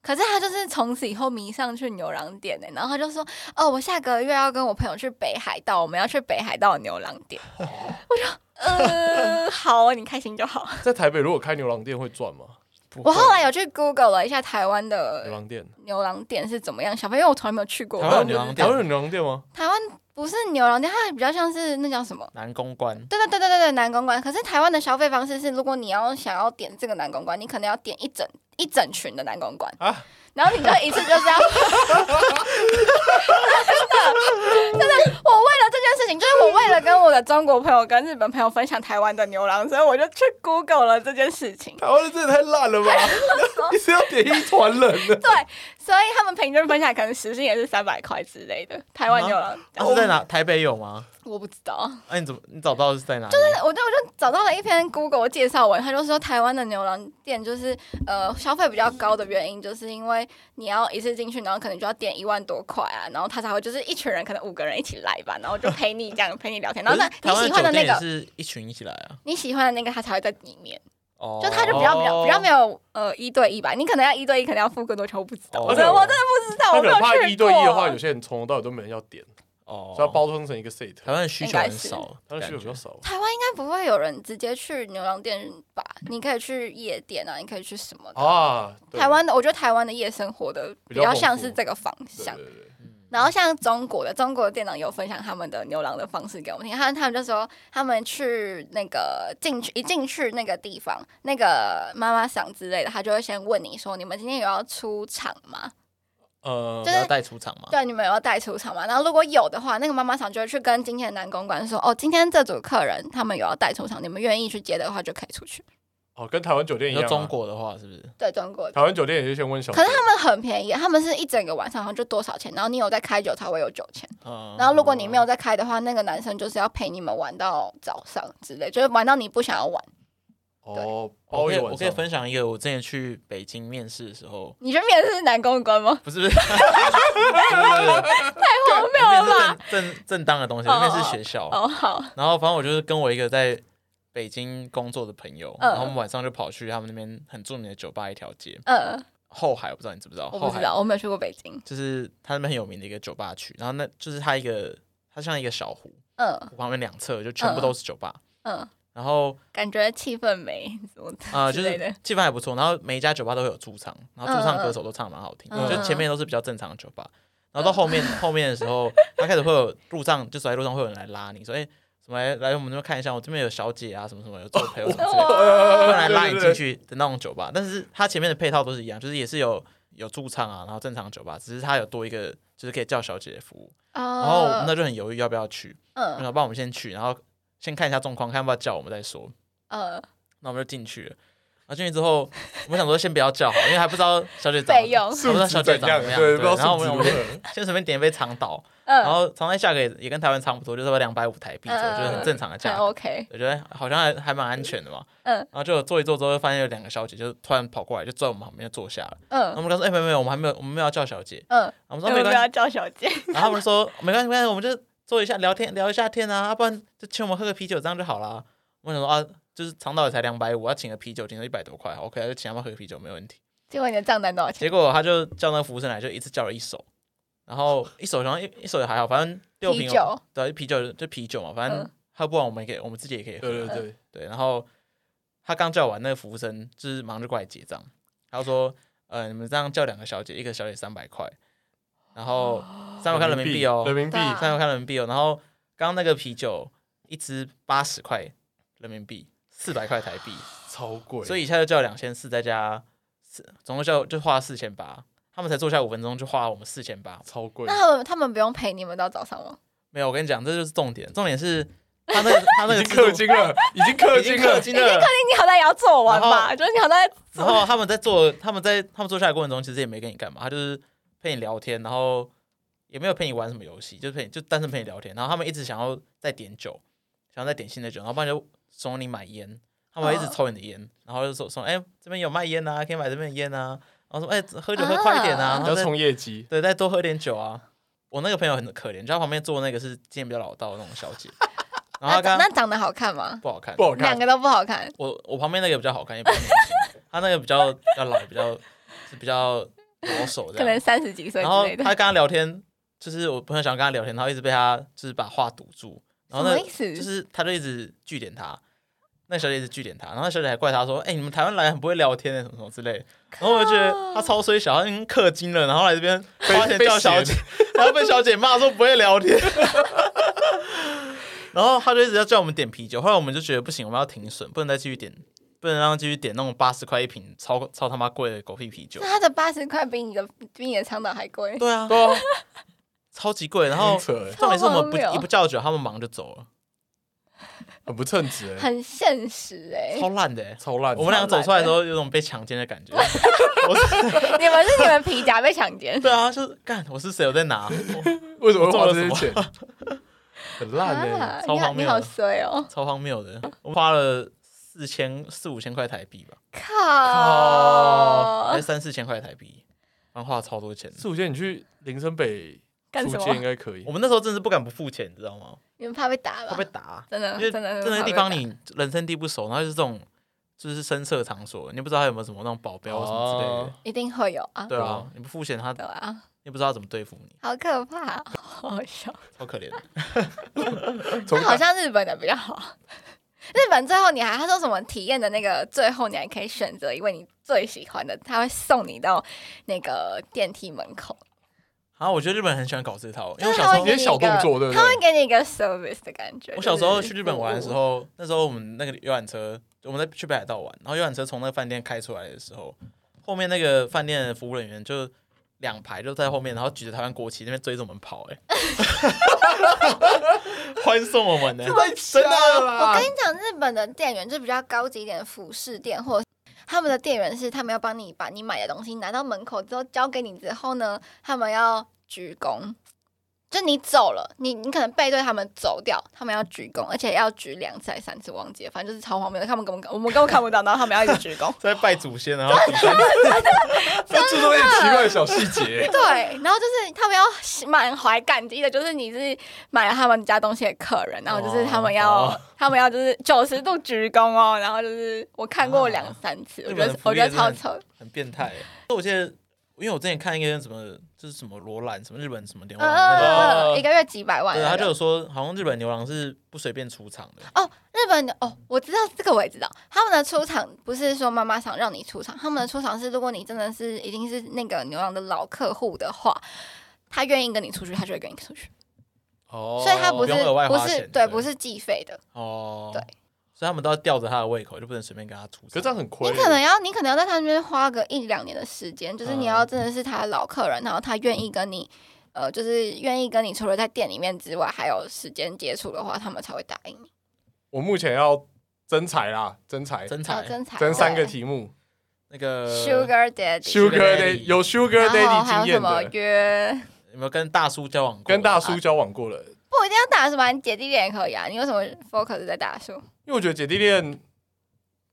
S1: 可是他就是从此以后迷上去牛郎店呢、然后他就说：“哦，我下个月要跟我朋友去北海道，我们要去北海道牛郎 店。”我说：“呃，好，你开心就 好。
S2: 在台北如果开牛郎店会赚吗？”
S3: 不
S1: 我
S3: 会
S1: 后来有去 Google 了一下台湾
S2: 牛
S1: 的
S2: 郎店，
S1: 牛郎店是怎么样，小朋友因为我从来没有去过，
S3: 台湾
S1: 我不
S3: 有牛郎
S2: 台
S3: 店
S2: 湾有牛郎店吗？
S1: 台湾不是牛郎店，它比较像是那叫什么？
S3: 男公关
S1: 对对对对对对，男公关。可是台湾的消费方式是，如果你要想要点这个男公关，你可能要点一整一整群的男公关，
S2: 啊
S1: 然后你就一次就是要， 真的真的，我为了这件事情，就是我为了跟我的中国朋友跟日本朋友分享台湾的牛郎，所以我就去 Google 了这件事情。
S2: 台湾的真的太 烂了吧！你是要点一团人的？
S1: 对，所以他们平均分享可能时薪也是三百块之类的，台湾牛郎、
S2: 哦
S3: 啊啊是在哪？台北有吗？
S1: 我不知道，
S3: 哎、你怎么你找到是在哪里？
S1: 我就我就找到了一篇 Google 介绍文，他就说台湾的牛郎店就是呃消费比较高的原因，就是因为你要一次进去，然后可能就要点一万多块啊，然后他才会就是一群人可能五个人一起来吧，啊然后 就陪你这样陪你聊天，然后那
S3: 可是
S1: 你
S3: 台湾
S1: 喜欢的
S3: 酒店
S1: 那个
S3: 也是一群一起来啊，
S1: 你喜欢的那个他才会在里面，
S3: 哦
S1: 就他就比较比较
S3: 哦
S1: 比较没有呃一对一吧，你可能要一对一，可能要付更多钱，我不知道，
S3: 哦
S1: 我真的我真的不知道，
S2: 他
S1: 我
S2: 可
S1: 没
S2: 能怕
S1: 有
S2: 一
S1: 去
S2: 对
S1: 过。
S2: 一的话，有些人从头到尾都没人要点，
S3: 哦
S2: 所以要包装成一个 set。
S3: 台湾的需求很少，
S2: 他的需求比较
S3: 感觉
S2: 少，
S1: 台湾应该不会有人直接去牛郎店吧？你可以去夜店啊，你可以去什么的。
S2: 啊，对
S1: 台湾的，我觉得台湾的夜生活的比
S2: 比较丰
S1: 较
S2: 富
S1: 像是这个方
S2: 对
S1: 向
S2: 对。对对
S1: 然后像中国的，中国的店长有分享他们的牛郎的方式给我们听，他他们就说他们去那个进去一进去那个地方，那个妈妈桑之类的，他就会先问你说你们今天有要出场吗？
S2: 呃
S1: 就，
S3: 要
S1: 是
S3: 带出场嘛，
S1: 对，你们有要带出场吗？然后如果有的话，那个妈妈桑就会去跟今天的男公关说，哦，今天这组客人他们有要带出场，你们愿意去接的话就可以出去。
S2: 哦，跟台湾酒店一
S3: 你说
S2: 样啊，
S3: 中国的话是不是？
S1: 对中国的，
S2: 台湾酒店也是先问小姐，
S1: 可是他们很便宜，他们是一整个晚上好像就多少钱，然后你有在开酒才会有酒钱。
S3: 嗯，
S1: 然后如果你没有再开的话，那个男生就是要陪你们玩到早上之类，就是玩到你不想要玩，
S2: 哦，
S3: 我
S2: 包
S3: 可
S2: 一
S3: 以
S2: 晚
S3: 我可以
S2: 上，
S3: 分享一个，我之前去北京面试的时候，
S1: 你就面试男公关吗？
S3: 不是不是，太
S1: 荒谬了吧？
S3: 正正正当的东西，
S1: 哦
S3: 面试学校，
S1: 哦，好，
S3: 然后反正我就是跟我一个在北京工作的朋友，
S1: 嗯
S3: 然后我们晚上就跑去他们那边很著名的酒吧一条街
S1: 嗯，
S3: 后海，我不知道你知不知道？
S1: 我
S3: 哦
S1: 不
S3: 后
S1: 知
S3: 海
S1: 道，我没有去过北京，
S3: 就是他那边很有名的一个酒吧区，然后那就是它一个它像一个小湖，
S1: 嗯
S3: 湖旁边两侧就全部都是酒吧，
S1: 嗯，
S3: 然后
S1: 感觉气氛没什么
S3: 啊、呃
S1: 之
S3: 就
S1: 类的
S3: 是气氛还不错。然后每一家酒吧都会有驻唱，然后驻唱
S1: 嗯嗯
S3: 歌手都唱得蛮好听，
S2: 嗯
S3: 就前面都是比较正常的酒吧。然后到 后面后面的时候，他开始会有路上，就走在路上会有人来拉你说，哎、什么来来我们这边看一下，我这边有小姐啊，什么什么有做陪我们之类
S1: 哦
S3: 的，
S1: 哇，
S3: 会来拉你
S2: 对
S3: 进
S2: 对对
S3: 去的那种酒吧。但是它前面的配套都是一样，就是也是有有驻唱啊，然后正常酒吧，只是它有多一个就是可以叫小姐的服务。然后我们那就很犹豫要不要去，然
S1: 哦嗯
S3: 后帮我们先去，然后先看一下状况，看要不要叫我们再说。
S1: 嗯，
S3: 那我们就进去了。然后进去之后，我们想说先不要叫好，因为还不知道小姐长
S1: 费用嗯
S3: 不
S2: 素
S3: 知道小
S2: 质
S3: 姐
S2: 怎
S3: 长什
S2: 样
S3: 么？样。
S2: 对，不知道
S3: 然后我
S2: 素质
S3: 们
S2: 如
S3: 我们就
S2: 何。
S3: 先随便点一杯长岛，
S1: 嗯，
S3: 然后长岛价格也也跟台湾差不多，就是两百五台币左
S1: 嗯
S3: 右，
S1: 嗯嗯
S3: 就是很正常的
S1: 很
S3: 价格。
S1: OK，
S3: 我觉得好像还还蛮安全的嘛。
S1: 嗯
S3: 然后就坐一坐之后，就发现有两个小姐就突然跑过来，就坐在我们旁边就坐下了。然后
S1: 嗯
S3: 我们刚说：“哎、没有没有，我们还没有，我们没有要叫小姐。
S1: 嗯，”
S3: 然后我们
S1: 那
S3: 说：“
S1: 我
S3: 没
S1: 们
S3: 关
S1: 要
S3: 系。
S1: 叫小 姐，”
S3: 然后他们说：“没关系，没关系，我们就坐一下聊天，聊一下天啊，不然就请我们喝个啤酒，这样就好啦。我想说啊，就是长岛也才两百五，要请个啤酒，请了一百多块，OK，就啊请他们喝个啤酒没问题。
S1: 结果你的账单多少钱？
S3: 结果他就叫那个服务生来，就一次叫了一手，然后一手然后一一手也还好，反正六瓶
S1: 啤
S3: 哦
S1: 酒，
S3: 对，啤酒就啤酒嘛，反正
S1: 嗯
S3: 喝不完我们也可以，我们自己也可以喝。
S2: 对对对，
S3: 对，然后他刚叫完，那个服务生就是马上就过来结账，他就说：“呃，你们这样叫两个小姐，一个小姐三百块，然后三百块人民币哦，
S2: 人民币
S1: 对啊
S3: 三百块人民币哦，然后刚刚那个啤酒一支八十块人民币，四百块台币，
S2: 超贵，
S3: 所以一下就叫两千四，再加四，总共就就花了四千八。”他们才坐下五分钟就花了我们四千八，
S2: 超贵
S1: 那。他们他们不用陪你们到早上吗？
S3: 没有，我跟你讲，这就是重点。重点是他那 个他那个
S2: 已经氪
S3: 制
S2: 金了，已经
S3: 度
S2: 氪
S3: 已经
S2: 金
S3: 氪
S2: 了，
S3: 金了，
S1: 你好歹也要做完吧，
S3: 然
S1: 就是你好歹
S3: 然后他们在做，他们在他们坐下来的过程中，其实也没跟你干嘛，他就是陪你聊天，然后也没有陪你玩什么游戏，就是陪你就单纯陪你聊天。然后他们一直想要再点酒，想要再点新的酒，然后不然就怂你买烟，他们一直
S1: 哦
S3: 抽你的烟，然后就说说哎、这边有卖烟啊，可以买这边的烟啊，然后说哎、喝酒喝快一点啊，
S1: 啊
S3: 然
S2: 要
S3: 后再
S2: 冲业绩，
S3: 对再多喝点酒啊。我那个朋友很可怜，就他旁边坐那个是今天比较老道的那种 小姐，然后
S1: 那长
S3: 她刚
S1: 那长得好看吗？
S3: 不好看
S2: 不，好
S1: 两
S2: 看。
S1: 个都不好看，
S3: 我我旁边那个比较好看，也比较年轻，他那个比较比较老，比较是比较保守
S1: 可
S3: 这
S1: 能
S3: 样。
S1: 三十几岁
S3: 然
S1: 之
S3: 后
S1: 类的
S3: 他。跟他聊天，就是我朋友想跟他聊天，然后一直被他就是把话堵住，然后
S1: 什
S3: 那
S1: 么意思
S3: 就是他就一直据点他，那小姐一直据点他，然后那小姐还怪他说：“哎、你们台湾来很不会聊天的，什么什么之类。”然后我就觉得他超衰小，他已经氪金了，然后来这边花钱
S2: 被
S3: 叫小姐，然后被小姐骂说不会聊天。 然后他就一直要叫我们点啤酒，后来我们就觉得不行，我们要停损，不能再继续点，不能让他继续点那种八十块一瓶超超他妈贵的狗屁 啤酒
S1: 那。他的八十块比你的比你的长岛还贵，
S3: 对啊，
S2: 对啊，
S3: 超级贵。然后
S2: 很扯欸
S3: 重点是我们
S1: 超荒
S3: 不
S1: 谬
S3: 一不叫酒，他们忙就走了，
S2: 很不称职哎，
S1: 很现实哎、
S3: 超烂的欸、
S2: 超烂的。
S3: 我们两个走出来的时候，有种被强奸的感觉。我是
S1: 你们是你们皮 夹被强奸，
S3: 对啊，就是干，我是谁？我在哪？我
S2: 为什么会花这
S3: 我
S2: 些
S3: 做
S2: 钱？
S3: 很烂
S2: 欸
S3: 的、
S1: 啊
S3: 超
S1: 你好
S3: 荒
S1: 你
S3: 谬
S1: 好
S3: 的，
S1: 衰哦！
S3: 超荒谬的。我们花了四千四五千块台币吧，
S1: 靠
S3: 还是，三四千块台币，反正花了超多钱。
S2: 四五千你去林森北
S1: 干
S2: 租
S1: 什
S2: 借应
S1: 么？
S2: 该可以
S3: 我。们那时候真的是不敢不付钱，你知道吗？
S1: 你们怕被打吧
S3: 会？被打，啊
S1: 真的，
S3: 因为
S1: 啊真的，
S3: 真的
S1: 怕被
S3: 地方
S1: 打
S3: 你人生地不熟，然后就是这种就是深色场所，你不知道它有没有什么那种保镖什么之类的
S2: 哦。
S1: 一定会有啊，
S3: 对啊
S2: 对啊，
S3: 你不付钱，他
S1: 对啊，
S3: 也不知道怎么对付你，
S1: 好可怕哦，好好笑。
S3: 超可怜的。
S2: 从
S1: 那好像日本的比较好。 日本最后你还他说什么体验的那个最后你还可以选择一位你最喜欢的，他会送你到那个电梯门口，
S3: 然后我觉得日本人很喜欢搞这套，因为
S1: 就是
S3: 我小
S1: 他会给
S3: 时候
S2: 一
S1: 你
S2: 些
S1: 一
S2: 小
S1: 个
S2: 动作对不对
S1: 他会给你一个 service 的感觉。
S3: 我小时候去
S1: 就是
S3: 日本玩的时
S1: 服务，
S3: 候，那时候我们那个游览车，我们在去北海道玩，然后游览车从那个饭店开出来的时候，后面那个饭店的服务人员就两排就在后面，然后举着台湾国旗那边追着我们跑、哎， 欢送我们呢、。
S2: 真的
S1: 我
S2: 啦
S1: 跟你，讲，日本的店员就比较高级一点的服饰店，或者他们的店员是他们要帮你把你买的东西拿到门口之后交给你之后呢，他们要鞠躬。就你走了，你你可能背对他们走掉，他们要鞠躬，而且要鞠两次还是三次，忘记了，反正就是超荒谬的。他们根本我们根本看不到，然后他们要一直鞠躬
S3: 在拜祖先，然后祖 先
S2: 要注重一点奇怪的小 细节。
S1: 对，然后就是他们要满怀感激的，就是你是买了他们家东西的客人，然后就是他们要、
S3: 哦
S1: 他们要就是九十度鞠躬哦，然后就是我看过两三次，我觉
S3: 哦日本的
S1: 得
S3: 服务
S1: 我觉
S3: 业
S1: 得
S3: 真的
S1: 超
S3: 很
S1: 丑。
S3: 很变态、哎我记得，因为我之前看一个什么，就是什么罗兰，什么日本什么
S2: 啊
S3: 牛郎那个，
S1: 呃，一个月几百万
S3: 对，
S1: 那
S3: 他
S1: 个。
S3: 就有说，好像日本牛郎是不随便出场的，
S1: 日本的哦，我知道这个我也知道，他们的出场不是说妈妈想让你出场，他们的出场是如果你真的是已经是那个牛郎的老客户的话，他愿意跟你出去，他就会跟你出去，
S2: 哦
S1: 所以他不是
S3: 不用额外花
S1: 不
S3: 钱
S1: 是
S3: 对
S1: 对不是计费的，
S3: 哦，
S1: 对，
S3: 所以他们都要吊着他的胃口，就不能随便跟他出场。
S2: 可是这样很亏
S1: 你。可能要你可能要在他那边花个一两年的时间，就是你
S2: 嗯
S1: 要真的是他的老客人，然后他愿意跟你。呃，就是愿意跟你除了在店里面之外，还有时间接触的话，他们才会答应你。
S2: 我目前要争财啦，争财，
S3: 真
S1: 哦
S3: 才，
S1: 真才
S2: 争三个
S1: 对
S2: 题目。
S3: 那个
S1: Sugar Daddy，
S2: Sugar
S3: Daddy
S2: Daddy 有 Sugar
S1: 然后
S2: Daddy
S1: 还有什
S2: 经验
S1: 么
S2: 的，
S1: 约？
S3: 有没有跟大叔交往过？啊
S2: 跟大叔交往过了，
S1: 不一定要打什么，你姐弟恋也可以啊。你为什么 focus 在打数？
S2: 因为我觉得姐弟恋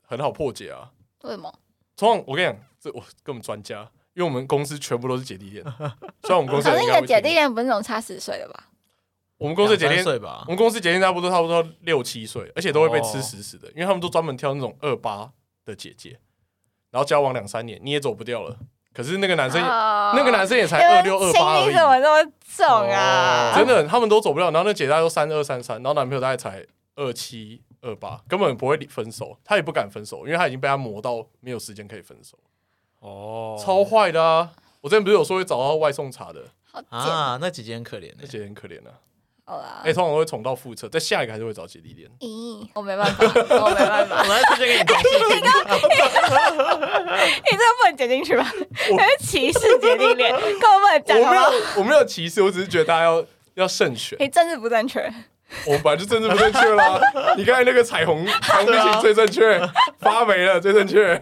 S2: 很好破解啊。
S1: 为什么？
S2: 通常我跟你讲，这我跟我们专家，因为我们公司全部都是姐 弟恋，虽然我们公
S1: 可
S2: 司
S1: 是
S2: 人
S1: 你
S2: 应该
S1: 的
S2: 会
S1: 姐
S2: 听
S1: 弟恋不是那种差十岁的吧？
S2: 我们公
S3: 两
S2: 司的
S3: 三
S2: 姐弟恋，
S3: 岁吧
S2: 我，们公司姐弟恋差不多差不多六七岁，而且都会被吃死死的，因为他们都专门挑那种二八的姐姐，然后交往两三年你也走不掉了。可是那个男生也，那
S1: 那
S2: 个男生也才二六二八而
S1: 心意怎
S2: 已，哦
S1: 么这么重啊？
S2: 真的，他们都走不了。然后那姐大概都三二三三，然后男朋友大概才二七二八，根本不会理分手，他也不敢分手，因为他已经被他磨到没有时间可以分手，
S3: 哦，
S2: 超坏的啊！我之前不是有说会找到外送茶的，
S1: 好贱，
S3: 啊，那姐姐很可怜
S2: 那
S3: 的。
S2: 姐很可怜啊。
S1: 好啦
S2: 哎、。通常都会重到覆辙，在下一个还是会找姐弟恋。
S1: 咦，我没办法，我没办法
S3: 我，来推荐给你同事听，
S1: 你这个不能剪进 去吧？
S2: 我
S1: 那是歧视姐弟恋，根本不能
S2: 我
S1: 讲，好
S2: 没
S1: 不好？哎
S2: 有，我没有歧视，我只是觉得大家要要慎选。
S1: 你政治不正确，
S2: 我们本来就政治不正确 啦。你刚才那个彩虹
S1: 啊
S2: 彩虹剧情最正确，发霉了最正确。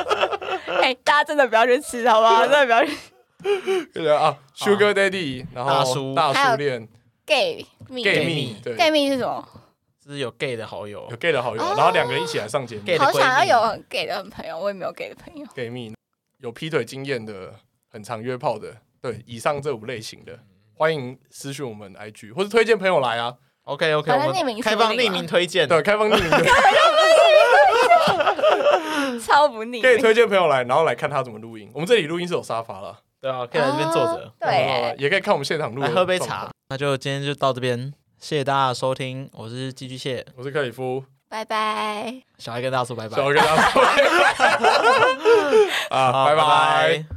S1: 哎，大家真的不要去吃，好不 好？真的不要去
S2: 对啊，Sugar Daddy，然后
S3: 大叔
S2: 大叔恋
S1: gay 蜜
S2: gay
S3: 蜜
S2: 蜜，对
S1: gay 蜜是什么？
S3: 就是有 gay 的好友
S2: 有，gay 的好友，
S1: 哦
S2: 然后两个人一起来上节目
S3: gay 的
S1: 好
S3: 闺蜜
S1: 想要有很 gay 的朋友，我也没有 gay 的朋友。
S2: ，gay 蜜有劈腿经验的，很常约炮的，对，以上这五类型
S3: 嗯
S2: 的，欢迎私讯我们 IG 或者推荐朋友来啊，
S3: OK OK，
S1: 反正
S3: 我
S1: 匿名
S3: 们
S1: 是
S3: 开放
S1: 不定
S3: 匿
S1: 嘛
S3: 名推荐，
S2: 对，开放匿 名的。
S1: 超不腻，
S2: 可以推荐朋友来，然后来看他怎么录音。我们这里录音是有沙发了，
S3: 对啊，可以来这边坐着
S1: 啊，对
S2: 然后
S1: 欸，
S2: 也可以看我们现场录。
S3: 来喝杯茶。。那就今天就到这边，谢谢大家的收听，我是寄居蟹，
S2: 我是克里夫，
S1: 拜拜。
S3: 小孩跟大叔拜拜，
S2: 小跟大家说 啊，
S3: 好
S2: 拜拜。。